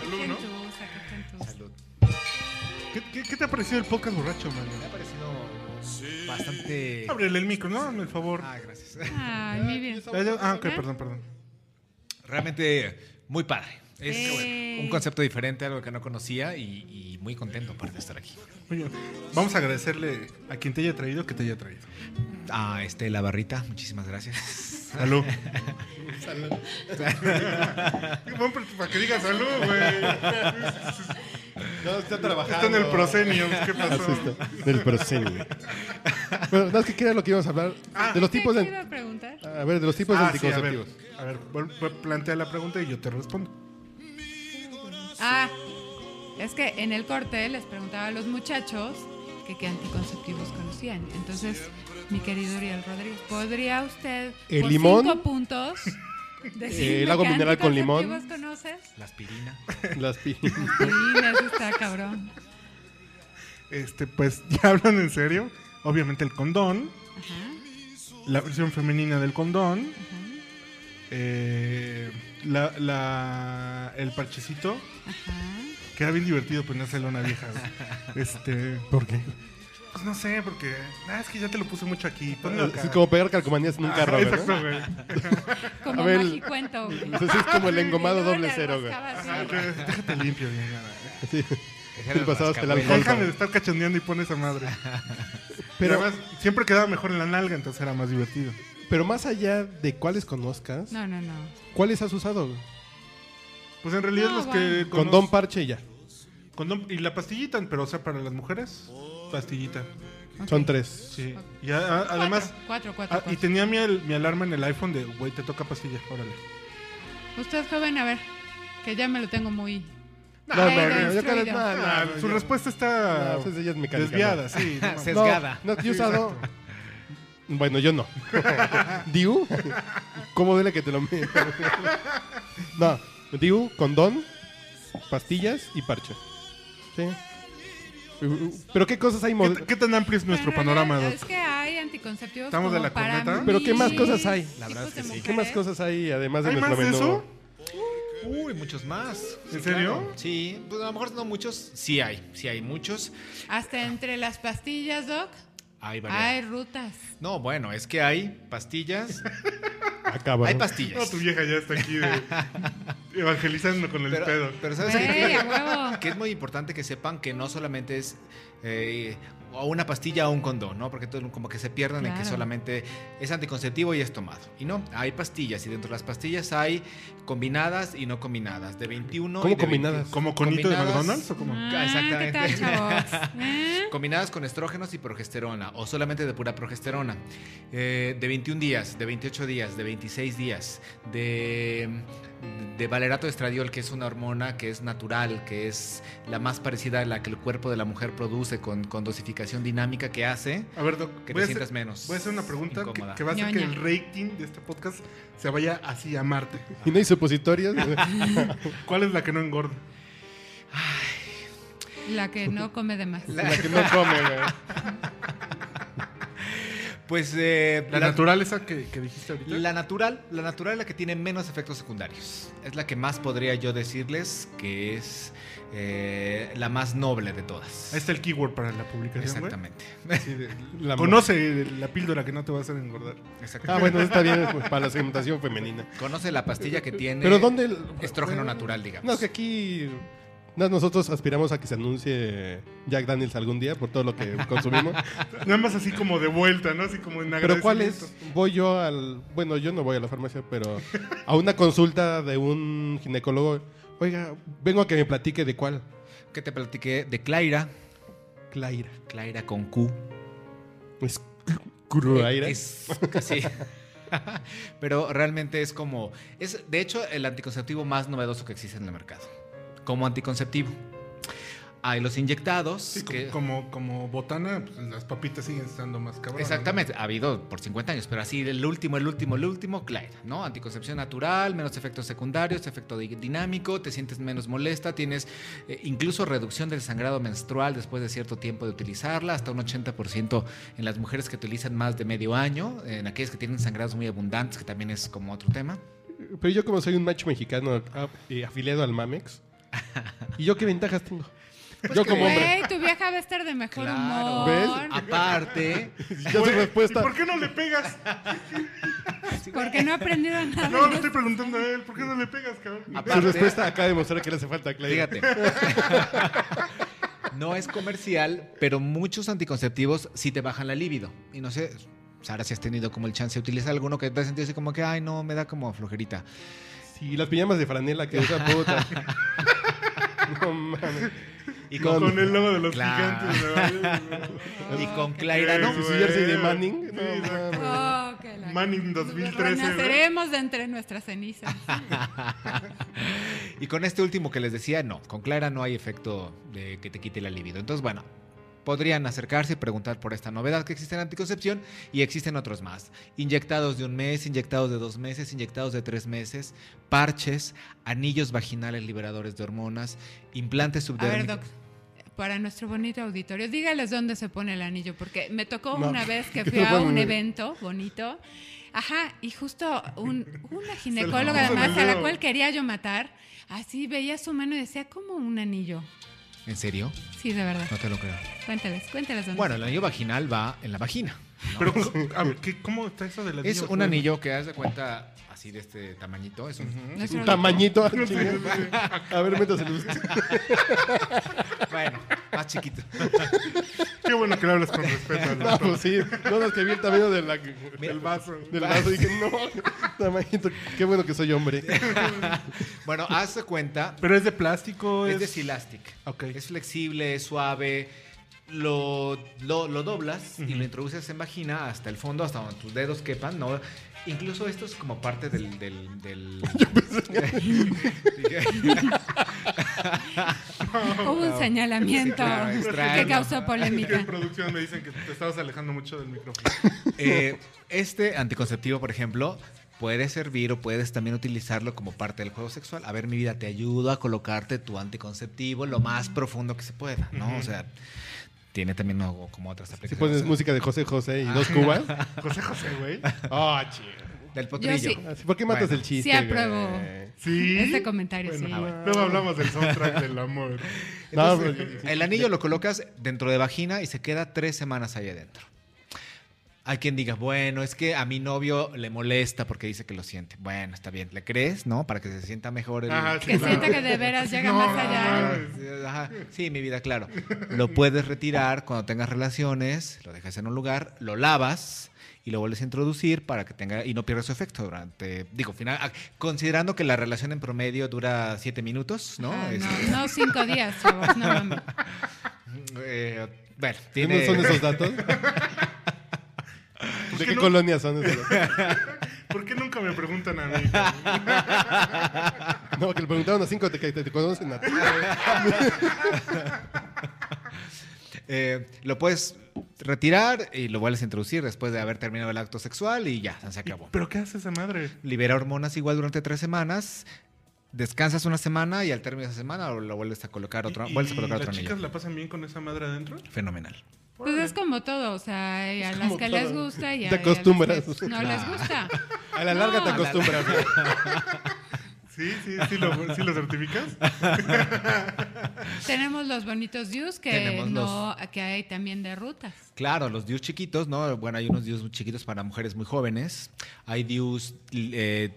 Speaker 3: Salud, ¿no?
Speaker 1: Salud.
Speaker 3: ¿Qué, qué, qué te ha parecido el podcast borracho,
Speaker 1: Me ha
Speaker 3: Mario?
Speaker 1: parecido bastante.
Speaker 3: Ábrele el micro, ¿no? Hazme el favor.
Speaker 1: Ah, gracias.
Speaker 4: Ay, muy bien.
Speaker 3: Ya, ya- Ah, ok,
Speaker 4: ¿Ya?
Speaker 3: perdón, perdón.
Speaker 1: Realmente muy padre. Es
Speaker 4: Eh.
Speaker 1: un concepto diferente, algo que no conocía y, y muy contento aparte de estar aquí.
Speaker 3: Muy bien. Vamos a agradecerle a quien te haya traído que te haya traído.
Speaker 1: Ah, este, la barrita, muchísimas gracias.
Speaker 3: Salud. salud. Qué buen pre- para que diga salud, güey.
Speaker 2: No, está trabajando.
Speaker 3: Está
Speaker 2: Ah,
Speaker 3: en el proscenio. ¿Qué pasó?
Speaker 2: Del proscenio. Bueno, no, es que qué era lo que íbamos a hablar. de los
Speaker 4: ¿Qué
Speaker 2: tipos
Speaker 4: te
Speaker 2: de,
Speaker 4: iba a preguntar?
Speaker 2: a ver, de los tipos de
Speaker 3: Ah, sí, a ver.
Speaker 2: Pues anticonceptivos.
Speaker 3: A ver, vol- vol- plantea la pregunta y yo te respondo.
Speaker 4: Ah, es que en el corte les preguntaba a los muchachos que qué anticonceptivos conocían. Entonces, mi querido Uriel Rodríguez, ¿podría usted
Speaker 2: El
Speaker 4: por
Speaker 2: limón. Eh,
Speaker 4: cinco puntos decirme
Speaker 2: El agua
Speaker 4: qué
Speaker 2: mineral con limón.
Speaker 4: anticonceptivos conoces?
Speaker 1: La aspirina.
Speaker 2: Las pi-
Speaker 4: Sí, eso está cabrón.
Speaker 3: Este, pues, ya hablan en serio. Obviamente el condón,
Speaker 4: Ajá,
Speaker 3: la versión femenina del condón,
Speaker 4: ajá,
Speaker 3: eh, la, la- el parchecito.
Speaker 4: ajá.
Speaker 3: Queda bien divertido ponérselo a una vieja. güey. Este,
Speaker 2: ¿Por qué?
Speaker 3: pues no sé, porque ah, es que ya te lo puse mucho aquí. ponlo acá.
Speaker 2: Es Eh, como pegar calcomanías en un carro,
Speaker 3: Ajá,
Speaker 2: ¿verdad?
Speaker 3: Exacto, güey.
Speaker 4: Como
Speaker 2: A ver,
Speaker 4: magicuento, güey.
Speaker 2: Entonces es como el engomado
Speaker 4: Y luego le
Speaker 2: doble cero, güey.
Speaker 4: rascaba así.
Speaker 3: Ajá, güey, Déjate limpio, bien. nada.
Speaker 2: Sí.
Speaker 1: Ese era el
Speaker 2: Pasabas el
Speaker 1: rascabuelas.
Speaker 2: alcohol.
Speaker 3: Déjame de estar cachondeando y pon esa madre. Pero
Speaker 2: Pero-
Speaker 3: además, siempre quedaba mejor en la nalga, entonces era más divertido.
Speaker 2: Pero más allá de cuáles conozcas,
Speaker 4: No, no, no.
Speaker 2: ¿cuáles has usado? güey?
Speaker 3: Pues en realidad
Speaker 4: No,
Speaker 3: los
Speaker 4: bueno.
Speaker 3: que...
Speaker 2: Condón,
Speaker 3: conoz-
Speaker 2: parche y ya.
Speaker 3: condón y la pastillita, pero o sea, para las mujeres, pastillita.
Speaker 4: Ok.
Speaker 2: Son tres.
Speaker 3: Sí. Y a- a-
Speaker 4: Cuatro,
Speaker 3: además...
Speaker 4: Cuatro, cuatro,
Speaker 3: ah, y
Speaker 4: cuatro.
Speaker 3: tenía mi, al- mi alarma en el iPhone de, güey, te toca pastilla, órale.
Speaker 4: Usted, joven, a ver, que ya me lo tengo muy...
Speaker 2: No,
Speaker 4: Ay,
Speaker 2: no,
Speaker 4: de
Speaker 2: no, yo creo-
Speaker 4: instruido.
Speaker 2: no, no,
Speaker 3: Ah,
Speaker 2: no,
Speaker 3: su
Speaker 2: yo-
Speaker 3: respuesta está
Speaker 2: No, esa es- ella es mecánica,
Speaker 3: desviada,
Speaker 2: no.
Speaker 3: sí. no mames.
Speaker 1: Sesgada. Pescada.
Speaker 2: No, no, yo he usado. Bueno, yo no. Diu, ¿cómo duele que te lo me- No, Diu, condón, pastillas y parche. Sí. Uh, Pero qué cosas hay
Speaker 3: ¿Qué,
Speaker 2: mod-
Speaker 3: qué tan amplio es nuestro
Speaker 4: Pero en realidad
Speaker 3: panorama, Doc?
Speaker 4: Es que hay anticonceptivos
Speaker 3: ¿Estamos
Speaker 4: como
Speaker 3: de la
Speaker 4: para
Speaker 3: corneta?
Speaker 4: mil
Speaker 2: Pero qué más cosas hay.
Speaker 4: tipos
Speaker 1: La verdad es que
Speaker 4: de
Speaker 1: sí.
Speaker 2: ¿Qué más
Speaker 4: mujeres.
Speaker 2: cosas hay además de
Speaker 3: ¿Hay
Speaker 2: nuestro
Speaker 3: más de
Speaker 2: menú?
Speaker 3: eso?
Speaker 1: Uy, muchos más.
Speaker 3: ¿En serio?
Speaker 1: Sí, pues a lo mejor no muchos. Sí hay, sí hay muchos.
Speaker 4: Hasta entre las pastillas, Doc,
Speaker 1: Hay variedad.
Speaker 4: hay rutas.
Speaker 1: No, bueno, es que hay pastillas.
Speaker 2: Acaba.
Speaker 1: hay
Speaker 3: No, pues,
Speaker 1: pastillas.
Speaker 3: tu vieja ya está aquí de- evangelizando con el
Speaker 1: pero,
Speaker 3: pedo.
Speaker 1: pero ¿sabes qué?
Speaker 4: ¡Ey, a huevo!
Speaker 1: que es muy importante que sepan que no solamente es eh, o una pastilla o un condón, ¿no? Porque todo- como que se pierdan en que
Speaker 4: Claro.
Speaker 1: solamente es anticonceptivo y es tomado. Y no, hay pastillas y dentro de las pastillas hay combinadas y no combinadas, de 21
Speaker 2: ¿Cómo
Speaker 1: y de
Speaker 2: combinadas?
Speaker 1: 20.
Speaker 3: ¿Como conito de
Speaker 1: Combinadas-
Speaker 3: McDonald's o como?
Speaker 4: Ah,
Speaker 1: Exactamente.
Speaker 4: ¿Qué tal, chavos? ¿Eh?
Speaker 1: Combinadas con estrógenos y progesterona, o solamente de pura progesterona. Eh, de 21 días, de 28 días, de 26 días, de, de valerato de estradiol, que es una hormona que es natural, que es la más parecida a la que el cuerpo de la mujer produce con, con dosificación dinámica que hace
Speaker 3: A ver, Doc,
Speaker 1: que
Speaker 3: voy,
Speaker 1: te
Speaker 3: a
Speaker 1: sientas
Speaker 3: hacer,
Speaker 1: menos.
Speaker 3: voy a hacer una pregunta que,
Speaker 1: incómoda.
Speaker 3: que va a hacer que el
Speaker 4: Ñoña.
Speaker 3: rating de este podcast se vaya así a Marte.
Speaker 2: Y no hay supositorios.
Speaker 3: ¿Cuál es la que no engorda?
Speaker 4: La que no come de más.
Speaker 2: la que no come, güey.
Speaker 1: Pues eh,
Speaker 3: La, natural esa que, que dijiste ahorita.
Speaker 1: La natural, la natural es la que tiene menos efectos secundarios. Es la que más podría yo decirles que es eh, la más noble de todas.
Speaker 3: Ahí está el keyword para la publicación. Exactamente.
Speaker 1: Exactamente.
Speaker 2: La-
Speaker 3: Conoce la píldora que no te va a hacer engordar.
Speaker 1: Exactamente.
Speaker 2: Ah, bueno, está bien pues, para la segmentación femenina.
Speaker 1: Conoce la pastilla que tiene
Speaker 2: Pero ¿dónde? el-
Speaker 1: estrógeno
Speaker 2: Bueno,
Speaker 1: natural, digamos.
Speaker 2: No, es que aquí no, nosotros aspiramos a que se anuncie Jack Daniels algún día por todo lo que consumimos.
Speaker 3: Nada más así como de vuelta, ¿no? Así como en
Speaker 2: pero ¿cuál
Speaker 3: agradecimiento.
Speaker 2: es? Voy yo al... Bueno, yo no voy a la farmacia, pero a una consulta de un ginecólogo. Oiga, vengo a que me platique de cuál.
Speaker 1: Que te platiqué de Claira.
Speaker 2: Claira.
Speaker 1: Claira con Q.
Speaker 2: Es Cruaira.
Speaker 1: Es casi. Pero realmente es como. Es, de hecho, el anticonceptivo más novedoso que existe en el mercado. Como anticonceptivo. Hay los inyectados.
Speaker 3: Sí,
Speaker 1: que-
Speaker 3: como, como, como botana, pues, las papitas siguen estando más cabronas.
Speaker 1: Exactamente, ha habido por 50 años, pero así el último, el último, el último, Clyde, ¿no? Anticoncepción natural, menos efectos secundarios, efecto di- dinámico, te sientes menos molesta, tienes eh, incluso reducción del sangrado menstrual después de cierto tiempo de utilizarla, hasta un 80% en las mujeres que utilizan más de medio año, en aquellas que tienen sangrados muy abundantes, que también es como otro tema.
Speaker 2: Pero yo como soy un macho mexicano ah, eh, afiliado al Mamex, ¿y yo qué ventajas tengo?
Speaker 4: Pues
Speaker 2: yo Pues, como hombre.
Speaker 4: Güey, tu vieja va a estar de mejor
Speaker 1: Claro.
Speaker 4: humor.
Speaker 1: Aparte,
Speaker 2: Ya su respuesta.
Speaker 3: ¿Y por qué no le pegas?
Speaker 4: Porque no ha aprendido nada.
Speaker 3: No, le estoy preguntando a él. ¿Por qué no le pegas, cabrón?
Speaker 1: Aparte-
Speaker 2: Su respuesta acaba de mostrar que le hace falta a Claudia.
Speaker 1: fíjate. No es comercial, pero muchos anticonceptivos sí te bajan la libido. Y no sé, Sara, si has tenido como el chance de utilizar alguno que te has sentido así como que, ay, no, me da como flojerita.
Speaker 2: Sí, las pijamas de franela que usa puta. no mames.
Speaker 1: Y
Speaker 3: Con,
Speaker 1: con,
Speaker 3: el logo de los
Speaker 1: Claro.
Speaker 3: gigantes. ¿no?
Speaker 1: y con Claira,
Speaker 3: Ay,
Speaker 1: ¿no?
Speaker 2: pues, Si jersey de Manning.
Speaker 3: Sí,
Speaker 2: No,
Speaker 3: exacto.
Speaker 2: mames.
Speaker 4: Oh, que la-
Speaker 3: Manning 2013, ¿no?
Speaker 4: Renaceremos de entre nuestras cenizas.
Speaker 1: Y con este último que les decía, no, con Clara no hay efecto de que te quite la libido. Entonces, bueno, podrían acercarse y preguntar por esta novedad que existe en anticoncepción y existen otros más. Inyectados de un mes, inyectados de dos meses, inyectados de tres meses, parches, anillos vaginales liberadores de hormonas, implantes
Speaker 4: A ver, Doc,
Speaker 1: subdérmicos.
Speaker 4: para nuestro bonito auditorio, dígales dónde se pone el anillo, porque me tocó
Speaker 2: No,
Speaker 4: una vez que
Speaker 2: que
Speaker 4: fui
Speaker 2: no
Speaker 4: a
Speaker 2: puedo
Speaker 4: un
Speaker 2: mover.
Speaker 4: evento bonito. Ajá, y justo un- una
Speaker 3: puso
Speaker 4: ginecóloga
Speaker 3: en el
Speaker 4: además a la
Speaker 3: dedo.
Speaker 4: cual quería yo matar, así veía su mano y decía, como un anillo.
Speaker 1: ¿En serio?
Speaker 4: Sí, de verdad.
Speaker 1: No te lo creo.
Speaker 4: Cuéntales, cuéntales dónde.
Speaker 1: Ah. Bueno, el anillo vaginal va en la vagina. ¿no?
Speaker 3: Pero, a ver, ¿qué- ¿cómo está eso del
Speaker 1: es
Speaker 3: anillo?
Speaker 1: un anillo que haz de cuenta así de este tamañito, es un
Speaker 4: No es
Speaker 2: Un
Speaker 4: una-
Speaker 2: tamañito. ah, chinga. A ver, métaselo.
Speaker 1: bueno, más chiquito.
Speaker 3: Qué bueno que le hablas con respeto al
Speaker 2: No,
Speaker 3: doctor.
Speaker 2: pues sí. No, no, es que vi el tamaño de la-
Speaker 1: Mira.
Speaker 2: del
Speaker 3: El vaso.
Speaker 2: del vaso y dije, no, tamañito. Qué bueno que soy hombre.
Speaker 1: Bueno, haz de cuenta
Speaker 3: Pero es de plástico.
Speaker 1: Es de Silastic.
Speaker 3: Ok.
Speaker 1: Es flexible, es suave. Lo, lo, lo doblas y lo introduces en vagina hasta el fondo, hasta donde tus dedos quepan. ¿no? Incluso esto es como parte del. del, del-
Speaker 4: Hubo un señalamiento
Speaker 1: claro, extraño.
Speaker 4: que causó
Speaker 3: Es que en
Speaker 4: polémica.
Speaker 3: producción me dicen que te estabas alejando mucho del micrófono.
Speaker 1: Eh, este anticonceptivo, por ejemplo, puede servir o puedes también utilizarlo como parte del juego sexual. A ver, mi vida, te ayudo a colocarte tu anticonceptivo lo más profundo que se pueda, ¿no? O sea, tiene también algo como otras
Speaker 2: Si
Speaker 1: aplicaciones.
Speaker 2: pones pues, música de José José y dos cubas.
Speaker 3: José José, güey.
Speaker 2: Ah, chido.
Speaker 1: Del potrillo.
Speaker 4: sí.
Speaker 2: Así, ¿Por qué matas
Speaker 1: Bueno.
Speaker 2: el chiste?
Speaker 4: Sí, apruebo.
Speaker 2: güey?
Speaker 3: Sí.
Speaker 4: Este comentario, sí.
Speaker 3: Luego hablamos del soundtrack del amor.
Speaker 2: No, pues, pero-
Speaker 1: El anillo lo colocas dentro de vagina y se queda tres semanas ahí adentro. Hay quien diga, bueno, es que a mi novio le molesta porque dice que lo siente. Bueno, está bien, ¿le crees? ¿No? Para que se sienta mejor el...
Speaker 3: Ajá, Ah, sí,
Speaker 4: Que
Speaker 3: claro.
Speaker 4: sienta que de veras llega
Speaker 3: No,
Speaker 4: más allá.
Speaker 3: no,
Speaker 1: Ajá. Sí, mi vida, claro. Lo puedes retirar cuando tengas relaciones, lo dejas en un lugar, lo lavas y lo vuelves a introducir para que tenga y no pierda su efecto durante, digo, final, ah, considerando que la relación en promedio dura siete minutos, ¿no?
Speaker 4: Ah,
Speaker 1: Este,
Speaker 4: no, no cinco días, chavos, no mames.
Speaker 1: eh, bueno,
Speaker 2: ¿De
Speaker 1: tiene...
Speaker 2: ¿Dónde son esos datos? ¿De qué colonia son esos datos?
Speaker 3: ¿Por qué nunca me preguntan a mí?
Speaker 2: No, que le preguntaron a cinco te, te, te conocen a ti.
Speaker 1: Eh, lo puedes retirar y lo vuelves a introducir después de haber terminado el acto sexual y ya, se acabó.
Speaker 3: ¿Pero qué hace esa madre?
Speaker 1: Libera hormonas igual durante tres semanas, descansas una semana y al término de esa semana lo vuelves a colocar otro,
Speaker 3: ¿Y-
Speaker 1: vuelves
Speaker 3: y
Speaker 1: a colocar
Speaker 3: ¿Las
Speaker 1: otro
Speaker 3: chicas
Speaker 1: anillo.
Speaker 3: la pasan bien con esa madre adentro?
Speaker 1: Fenomenal.
Speaker 4: Pues es como todo, o sea, y a las
Speaker 2: como
Speaker 4: que
Speaker 2: todo.
Speaker 4: les gusta y a
Speaker 2: Te
Speaker 4: y a las
Speaker 2: acostumbras.
Speaker 4: que no
Speaker 1: Claro.
Speaker 4: les gusta.
Speaker 2: A la larga
Speaker 4: No,
Speaker 2: te
Speaker 4: a la
Speaker 2: acostumbras.
Speaker 3: Sí, sí, sí lo, sí lo certificas.
Speaker 4: Tenemos los bonitos views que,
Speaker 1: Tenemos
Speaker 4: no, que hay también de rutas.
Speaker 1: Claro, los dius chiquitos, ¿no? Bueno, hay unos dius chiquitos para mujeres muy jóvenes. Hay dius eh,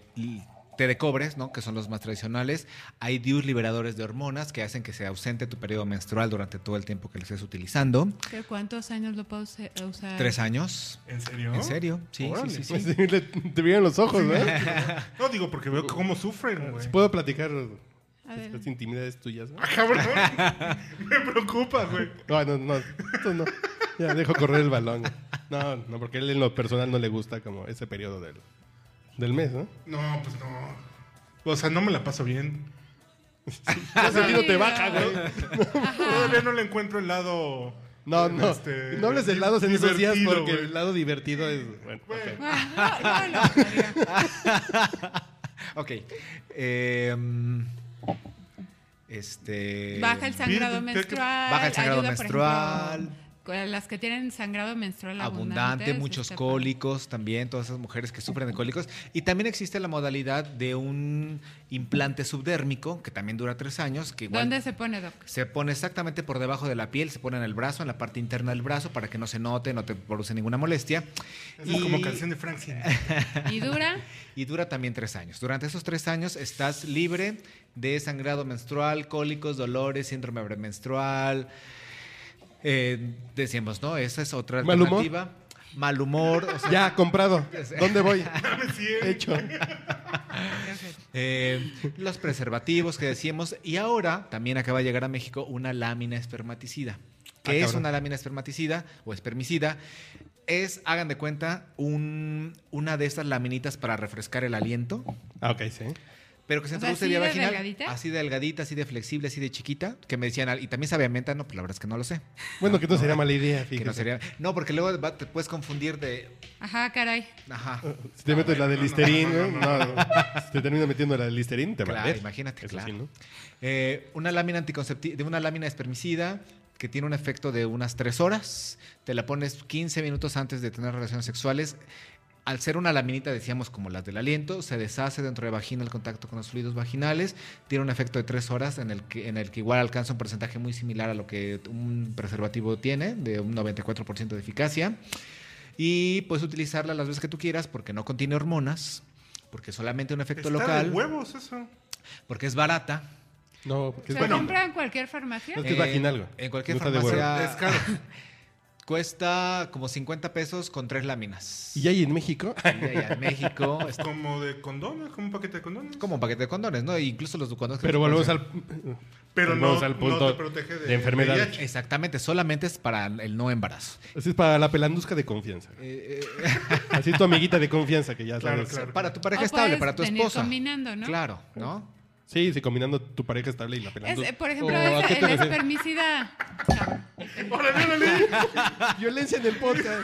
Speaker 1: té de cobres, ¿no? Que son los más tradicionales. Hay dius liberadores de hormonas que hacen que se ausente tu periodo menstrual durante todo el tiempo que lo estés utilizando.
Speaker 4: ¿Pero ¿Cuántos años lo puedo use- usar?
Speaker 1: Tres años.
Speaker 3: ¿En serio?
Speaker 1: ¿En serio? Sí,
Speaker 2: Órale,
Speaker 1: sí, sí, sí.
Speaker 2: pues, sí, le- te vieron los ojos, ¿no?
Speaker 3: No, digo, porque veo cómo sufren, güey. Ah,
Speaker 2: Puedo platicar
Speaker 4: Adelante.
Speaker 2: las intimidades tuyas. ¿no?
Speaker 3: Cabrón, me preocupa, güey.
Speaker 2: No, no, no, esto no. Ya dejo correr el balón. No, no, porque a él en lo personal no le gusta como ese periodo del, del mes, ¿no?
Speaker 3: No, pues no. O sea, no me la paso bien.
Speaker 2: Ya sentido te
Speaker 3: Ah,
Speaker 4: Ay,
Speaker 2: baja, güey.
Speaker 3: Todavía no le encuentro el lado.
Speaker 2: No, no.
Speaker 3: este,
Speaker 2: no hables de helados en esos días
Speaker 3: divertido,
Speaker 2: porque
Speaker 3: güey.
Speaker 2: el lado divertido es. Bueno, ok.
Speaker 4: Bueno, no, no lo sabía.
Speaker 1: Ok. Em, este.
Speaker 4: Baja el sangrado
Speaker 3: Virgen, ¿qué- qué-
Speaker 4: menstrual.
Speaker 1: baja el sangrado
Speaker 4: ayuda, por
Speaker 1: menstrual.
Speaker 4: ejemplo, las que tienen sangrado menstrual este, abundante,
Speaker 1: abundante, muchos
Speaker 4: está padre.
Speaker 1: cólicos también, todas esas mujeres que sufren de cólicos. Y también existe la modalidad de un implante subdérmico que también dura tres años, que igual
Speaker 4: ¿Dónde se pone, Doc?
Speaker 1: se pone exactamente por debajo de la piel, se pone en el brazo, en la parte interna del brazo, para que no se note, no te produce ninguna molestia.
Speaker 3: Es como canción de Frank Sinatra.
Speaker 4: ¿Y dura?
Speaker 1: Y dura también tres años. Durante esos tres años estás libre de sangrado menstrual, cólicos, dolores, síndrome premenstrual. Eh, decíamos, ¿no? Esa es otra
Speaker 2: ¿Mal humor?
Speaker 1: alternativa. Mal humor. o sea,
Speaker 2: Ya, comprado. ¿Dónde voy?
Speaker 3: Sí,
Speaker 2: Hecho.
Speaker 1: eh, los preservativos que decíamos. Y ahora también acaba de llegar a México una lámina espermaticida.
Speaker 2: Ah,
Speaker 1: ¿Qué es
Speaker 2: cabrón.
Speaker 1: una lámina espermaticida o espermicida? Es, hagan de cuenta, un- una de estas laminitas para refrescar el aliento.
Speaker 2: Ah, ok, sí.
Speaker 1: Pero que se
Speaker 4: O sea,
Speaker 1: introduce
Speaker 4: ¿así
Speaker 1: vía
Speaker 4: de
Speaker 1: vaginal.
Speaker 4: delgadita?
Speaker 1: Así de delgadita, así de flexible, así de chiquita. Que me decían, al- y también sabe a menta, no, pues la verdad es que no lo sé.
Speaker 2: Bueno, que no sería mala idea, fíjate.
Speaker 1: Que no, sería, no, porque luego va- te puedes confundir de.
Speaker 4: Ajá, caray.
Speaker 1: Ajá.
Speaker 2: Si te metes la del Listerine, ¿no? No, no. Si te terminas metiendo la del Listerine, te va a
Speaker 1: Claro,
Speaker 2: arder.
Speaker 1: imagínate,
Speaker 2: Eso
Speaker 1: claro.
Speaker 2: sí, ¿no?
Speaker 1: Eh, una lámina anticonceptiva, de una lámina espermicida que tiene un efecto de unas 3 horas. Te la pones 15 minutos antes de tener relaciones sexuales. Al ser una laminita, decíamos, como las del aliento, se deshace dentro de vagina el contacto con los fluidos vaginales. Tiene un efecto de 3 horas en el, que, en el que igual alcanza un porcentaje muy similar a lo que un preservativo tiene, de un 94% de eficacia. Y puedes utilizarla las veces que tú quieras porque no contiene hormonas, porque solamente un efecto
Speaker 3: Está
Speaker 1: local,
Speaker 3: de huevos eso.
Speaker 1: porque es barata.
Speaker 2: No, porque
Speaker 4: ¿Se
Speaker 2: es
Speaker 3: bueno.
Speaker 4: compra en cualquier farmacia?
Speaker 2: No es que es
Speaker 1: Eh,
Speaker 2: vaginal, güey.
Speaker 1: en cualquier
Speaker 2: No está de
Speaker 1: farmacia-
Speaker 2: huevo.
Speaker 1: Ah.
Speaker 3: Es caro.
Speaker 1: Cuesta como 50 pesos con tres láminas.
Speaker 2: ¿Y hay en México?
Speaker 1: Y allá en México
Speaker 2: Pues
Speaker 1: es
Speaker 3: Como de condones, como un paquete de condones.
Speaker 1: como un paquete de condones, ¿no? E incluso los condones. que
Speaker 2: Pero
Speaker 1: se
Speaker 2: volvemos
Speaker 1: pueden
Speaker 2: al...
Speaker 3: Pero no,
Speaker 2: volvemos al punto
Speaker 3: no te protege de,
Speaker 2: de enfermedades.
Speaker 1: hacer-
Speaker 3: VIH.
Speaker 1: Exactamente, solamente es para el no embarazo.
Speaker 2: Así es para la pelandusca de confianza.
Speaker 1: Eh, eh,
Speaker 2: Así es tu amiguita de confianza que ya
Speaker 3: Claro,
Speaker 2: sabes.
Speaker 3: claro.
Speaker 1: para tu pareja
Speaker 4: O
Speaker 1: estable,
Speaker 4: Ah, puedes
Speaker 1: para tu
Speaker 4: venir
Speaker 1: esposa.
Speaker 4: combinando, ¿no?
Speaker 1: Claro, ¿no?
Speaker 2: Sí, sí, combinando tu pareja estable y la
Speaker 4: Es,
Speaker 2: pelandusca.
Speaker 4: eh, por ejemplo,
Speaker 2: ¿O
Speaker 4: es
Speaker 2: Oh, a qué te
Speaker 4: el
Speaker 2: refieres?
Speaker 4: espermicida.
Speaker 3: Órale, órale.
Speaker 2: Violencia en el podcast.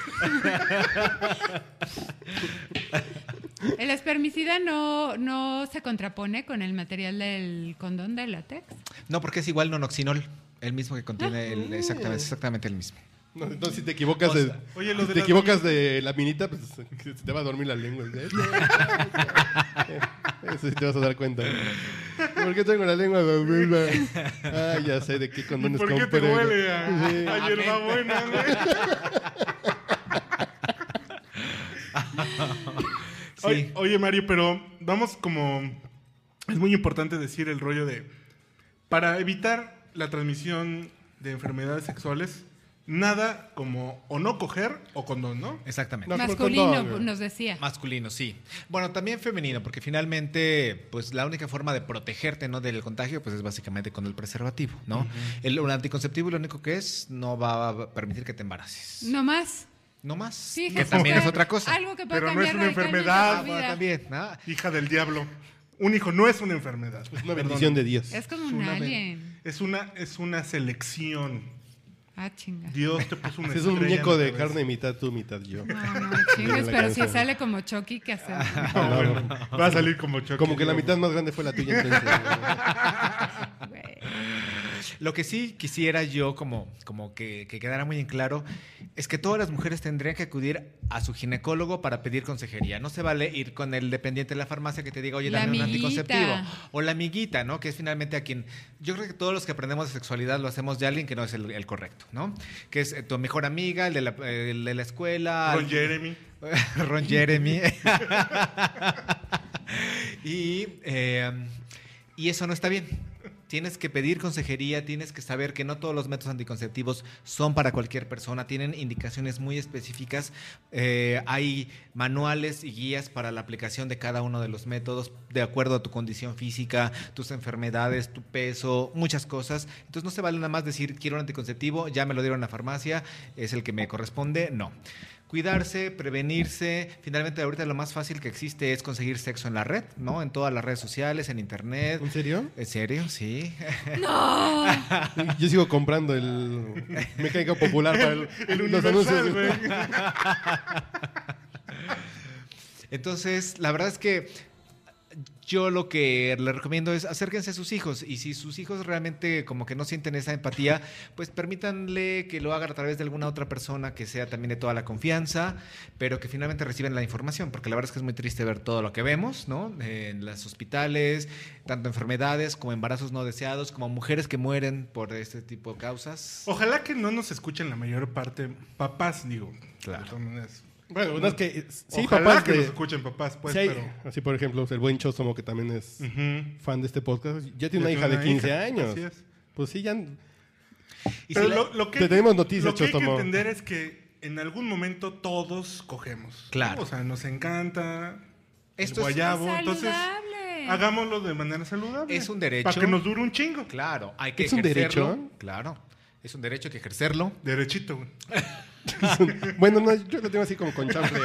Speaker 4: El espermicida no, no se contrapone con el material del condón de látex.
Speaker 1: No, porque es igual nonoxinol, el mismo que contiene
Speaker 4: Ah.
Speaker 1: el, exactamente, es exactamente el mismo.
Speaker 2: No, entonces, si te equivocas de,
Speaker 3: Oye, lo
Speaker 2: si
Speaker 3: de
Speaker 2: te
Speaker 3: las
Speaker 2: equivocas de la minita, pues se te va a dormir la lengua. Eso sí te vas a dar cuenta. ¿Por qué tengo la lengua dormida? Ah, ya sé de qué
Speaker 3: ¿Y
Speaker 2: condones
Speaker 3: por qué te
Speaker 2: compré.
Speaker 3: huele a,
Speaker 2: Sí.
Speaker 3: a hierbabuena, güey?
Speaker 1: Sí.
Speaker 3: Oye, oye, Mario, pero vamos como... Es muy importante decir el rollo de... Para evitar la transmisión de enfermedades sexuales, nada como o no coger o condón, ¿no?
Speaker 1: Exactamente.
Speaker 2: No,
Speaker 4: Masculino,
Speaker 2: con condón,
Speaker 4: nos decía.
Speaker 1: Masculino, sí. Bueno, también femenino, porque finalmente, pues la única forma de protegerte ¿no? del contagio, pues es básicamente con el preservativo, ¿no? el, un anticonceptivo lo único que es, no va a permitir que te embaraces.
Speaker 4: No más.
Speaker 1: No más.
Speaker 4: Sí,
Speaker 1: que
Speaker 4: Jesús,
Speaker 1: también es
Speaker 4: pero
Speaker 1: otra cosa.
Speaker 4: Algo que puede
Speaker 3: Pero no es
Speaker 4: cambiar
Speaker 3: una
Speaker 4: radicalmente
Speaker 3: enfermedad,
Speaker 4: tu
Speaker 1: Ah,
Speaker 4: vida.
Speaker 1: también, ¿no?
Speaker 3: Hija del diablo. Un hijo no es una enfermedad.
Speaker 2: Es una bendición de Dios.
Speaker 4: Es como un
Speaker 3: una ben-
Speaker 4: alien.
Speaker 3: Es una, es una selección.
Speaker 4: Ah, chinga.
Speaker 3: Dios te puso una
Speaker 2: Si es un
Speaker 3: estrella
Speaker 2: muñeco
Speaker 3: en la
Speaker 2: de
Speaker 3: cabeza.
Speaker 2: carne, mitad tú, mitad yo.
Speaker 4: No, no,
Speaker 2: Mira
Speaker 4: chingues,
Speaker 2: la
Speaker 4: pero si
Speaker 2: canción.
Speaker 4: sale como Chucky, ¿qué hacemos?
Speaker 3: No, bueno, va a salir como Chucky.
Speaker 2: Como que la
Speaker 3: digamos.
Speaker 2: mitad más grande fue la tuya. Entonces,
Speaker 4: Güey.
Speaker 1: Lo que sí quisiera yo como, como que, que quedara muy en claro es que todas las mujeres tendrían que acudir a su ginecólogo para pedir consejería. No se vale ir con el dependiente de la farmacia que te diga, oye,
Speaker 4: La
Speaker 1: dame un
Speaker 4: amiguita.
Speaker 1: anticonceptivo. O la amiguita, ¿no? Que es finalmente a quien... Yo creo que todos los que aprendemos de sexualidad lo hacemos de alguien que no es el, el correcto, ¿no? Que es eh, tu mejor amiga, el de la, eh, el de la escuela...
Speaker 3: Con Jeremy.
Speaker 1: Ron Jeremy. y, eh, y eso no está bien. Tienes que pedir consejería, tienes que saber que no todos los métodos anticonceptivos son para cualquier persona, tienen indicaciones muy específicas, eh, hay manuales y guías para la aplicación de cada uno de los métodos de acuerdo a tu condición física, tus enfermedades, tu peso, muchas cosas. Entonces no se vale nada más decir quiero un anticonceptivo, ya me lo dieron en la farmacia, es el que me corresponde, no cuidarse, prevenirse. Finalmente, ahorita lo más fácil que existe es conseguir sexo en la red, ¿no? En todas las redes sociales, en internet.
Speaker 2: ¿En serio?
Speaker 1: ¿En serio? Sí.
Speaker 2: Yo sigo comprando el mecánica popular para el-
Speaker 3: El
Speaker 2: los
Speaker 3: universal,
Speaker 2: anuncios.
Speaker 3: güey.
Speaker 1: Entonces, la verdad es que yo lo que le recomiendo es acérquense a sus hijos y si sus hijos realmente como que no sienten esa empatía, pues permítanle que lo haga a través de alguna otra persona que sea también de toda la confianza, pero que finalmente reciben la información, porque la verdad es que es muy triste ver todo lo que vemos, ¿no? En los hospitales, tanto enfermedades como embarazos no deseados, como mujeres que mueren por este tipo de causas.
Speaker 3: Ojalá que no nos escuchen la mayor parte papás, digo.
Speaker 1: Claro.
Speaker 3: De todas maneras.
Speaker 2: Bueno, no es que. Sí,
Speaker 3: Ojalá
Speaker 2: papás
Speaker 3: que
Speaker 2: de-
Speaker 3: nos escuchen papás, pues,
Speaker 2: sí hay-
Speaker 3: pero...
Speaker 2: Así, por ejemplo, el buen Chosomo, que también es
Speaker 3: Ujú.
Speaker 2: fan de este podcast, ya tiene una
Speaker 3: Ya
Speaker 2: hija
Speaker 3: tiene
Speaker 2: de
Speaker 3: una
Speaker 2: 15
Speaker 3: hija,
Speaker 2: años.
Speaker 3: así es.
Speaker 2: Pues sí, ya.
Speaker 1: Y
Speaker 3: Pero
Speaker 1: si la-
Speaker 3: lo, lo que,
Speaker 2: Te tenemos noticias,
Speaker 3: lo que hay que
Speaker 2: Chostomo.
Speaker 3: entender es que en algún momento todos cogemos.
Speaker 1: Claro.
Speaker 3: O sea, nos encanta
Speaker 1: Esto
Speaker 3: el
Speaker 1: es-
Speaker 3: guayabo.
Speaker 4: Es
Speaker 3: Entonces,
Speaker 4: saludable.
Speaker 3: hagámoslo de manera saludable.
Speaker 1: Es un derecho.
Speaker 3: Para que nos dure un chingo.
Speaker 1: Claro, hay que
Speaker 2: ¿Es un
Speaker 1: ejercerlo.
Speaker 2: derecho?
Speaker 1: Claro, es un derecho hay que ejercerlo.
Speaker 3: Derechito, güey.
Speaker 2: bueno, no, yo lo tengo así como con chanfle.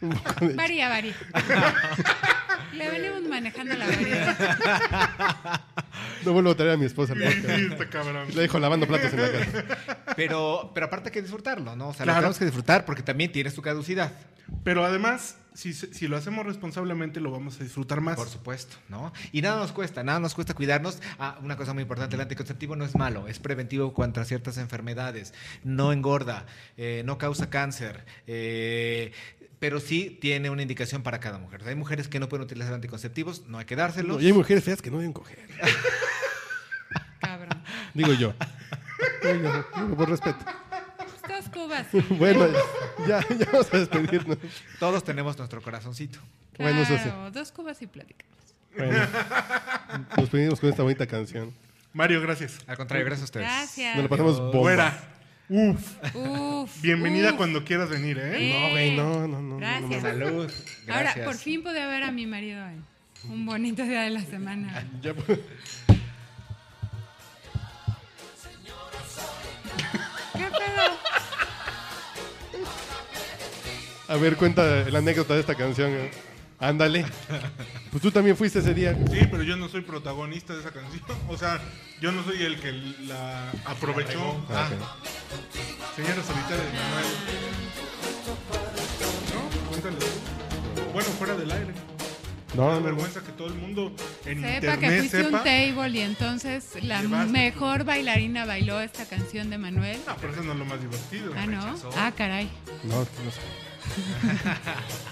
Speaker 2: Un poco de-
Speaker 4: Varía, varía. Le venimos manejando la variedad.
Speaker 2: No vuelvo a traer a mi esposa. al
Speaker 3: Sí,
Speaker 2: podcast.
Speaker 3: sí, está cabrón.
Speaker 2: Le dejo lavando platos en la casa.
Speaker 1: Pero, pero aparte hay que disfrutarlo, ¿no? O sea,
Speaker 3: Claro.
Speaker 1: lo tenemos que disfrutar porque también tiene su caducidad.
Speaker 3: Pero además, si, se- si lo hacemos responsablemente, lo vamos a disfrutar más.
Speaker 1: Por supuesto, ¿no? Y nada nos cuesta, nada nos cuesta cuidarnos. Ah, una cosa muy importante, el anticonceptivo no es malo, es preventivo contra ciertas enfermedades, no engorda, eh, no causa cáncer, eh, pero sí tiene una indicación para cada mujer. hay mujeres que no pueden utilizar anticonceptivos, no hay que dárselos.
Speaker 2: No, y hay mujeres feas que no deben coger.
Speaker 4: Cabrón.
Speaker 2: Digo yo. Digo, digo, por respeto.
Speaker 4: Dos cubas.
Speaker 2: Bueno, ya, ya vamos a despedirnos.
Speaker 1: Todos tenemos nuestro corazoncito.
Speaker 2: Bueno, eso sí.
Speaker 4: Claro, Dos cubas y plática.
Speaker 2: Bueno, nos pedimos con esta bonita canción.
Speaker 3: Mario, gracias.
Speaker 1: Al contrario, gracias a ustedes.
Speaker 4: Gracias.
Speaker 2: Nos la pasamos bomba.
Speaker 3: Fuera. Uf.
Speaker 4: Uf,
Speaker 3: Bienvenida
Speaker 4: uf.
Speaker 3: cuando quieras venir, ¿eh?
Speaker 4: Eh,
Speaker 2: No, güey, no, no, no. no, no,
Speaker 4: Gracias.
Speaker 1: Salud. Gracias.
Speaker 4: Ahora, por fin pude ver a mi marido hoy. Un bonito día de la semana.
Speaker 2: no. Ya-
Speaker 4: ¿Qué pedo?
Speaker 2: A ver, cuenta la anécdota de esta canción. ¿eh? Ándale. Pues tú también fuiste ese día.
Speaker 3: Sí, pero yo no soy protagonista de esa canción. O sea, yo no soy el que la aprovechó. Ah, señora solitaria de Manuel. ¿No? Cuéntale. Bueno, fuera del aire.
Speaker 2: No,
Speaker 3: Una
Speaker 2: no, no.
Speaker 3: vergüenza que todo el mundo en
Speaker 4: Ah, Sepa que
Speaker 3: internet
Speaker 4: fuiste un
Speaker 3: sepa.
Speaker 4: table y entonces la
Speaker 3: Llevaste.
Speaker 4: mejor bailarina bailó esta canción de Manuel.
Speaker 3: No, pero eso no es lo más divertido.
Speaker 4: Ah, no. Ah, caray.
Speaker 2: No, no sé.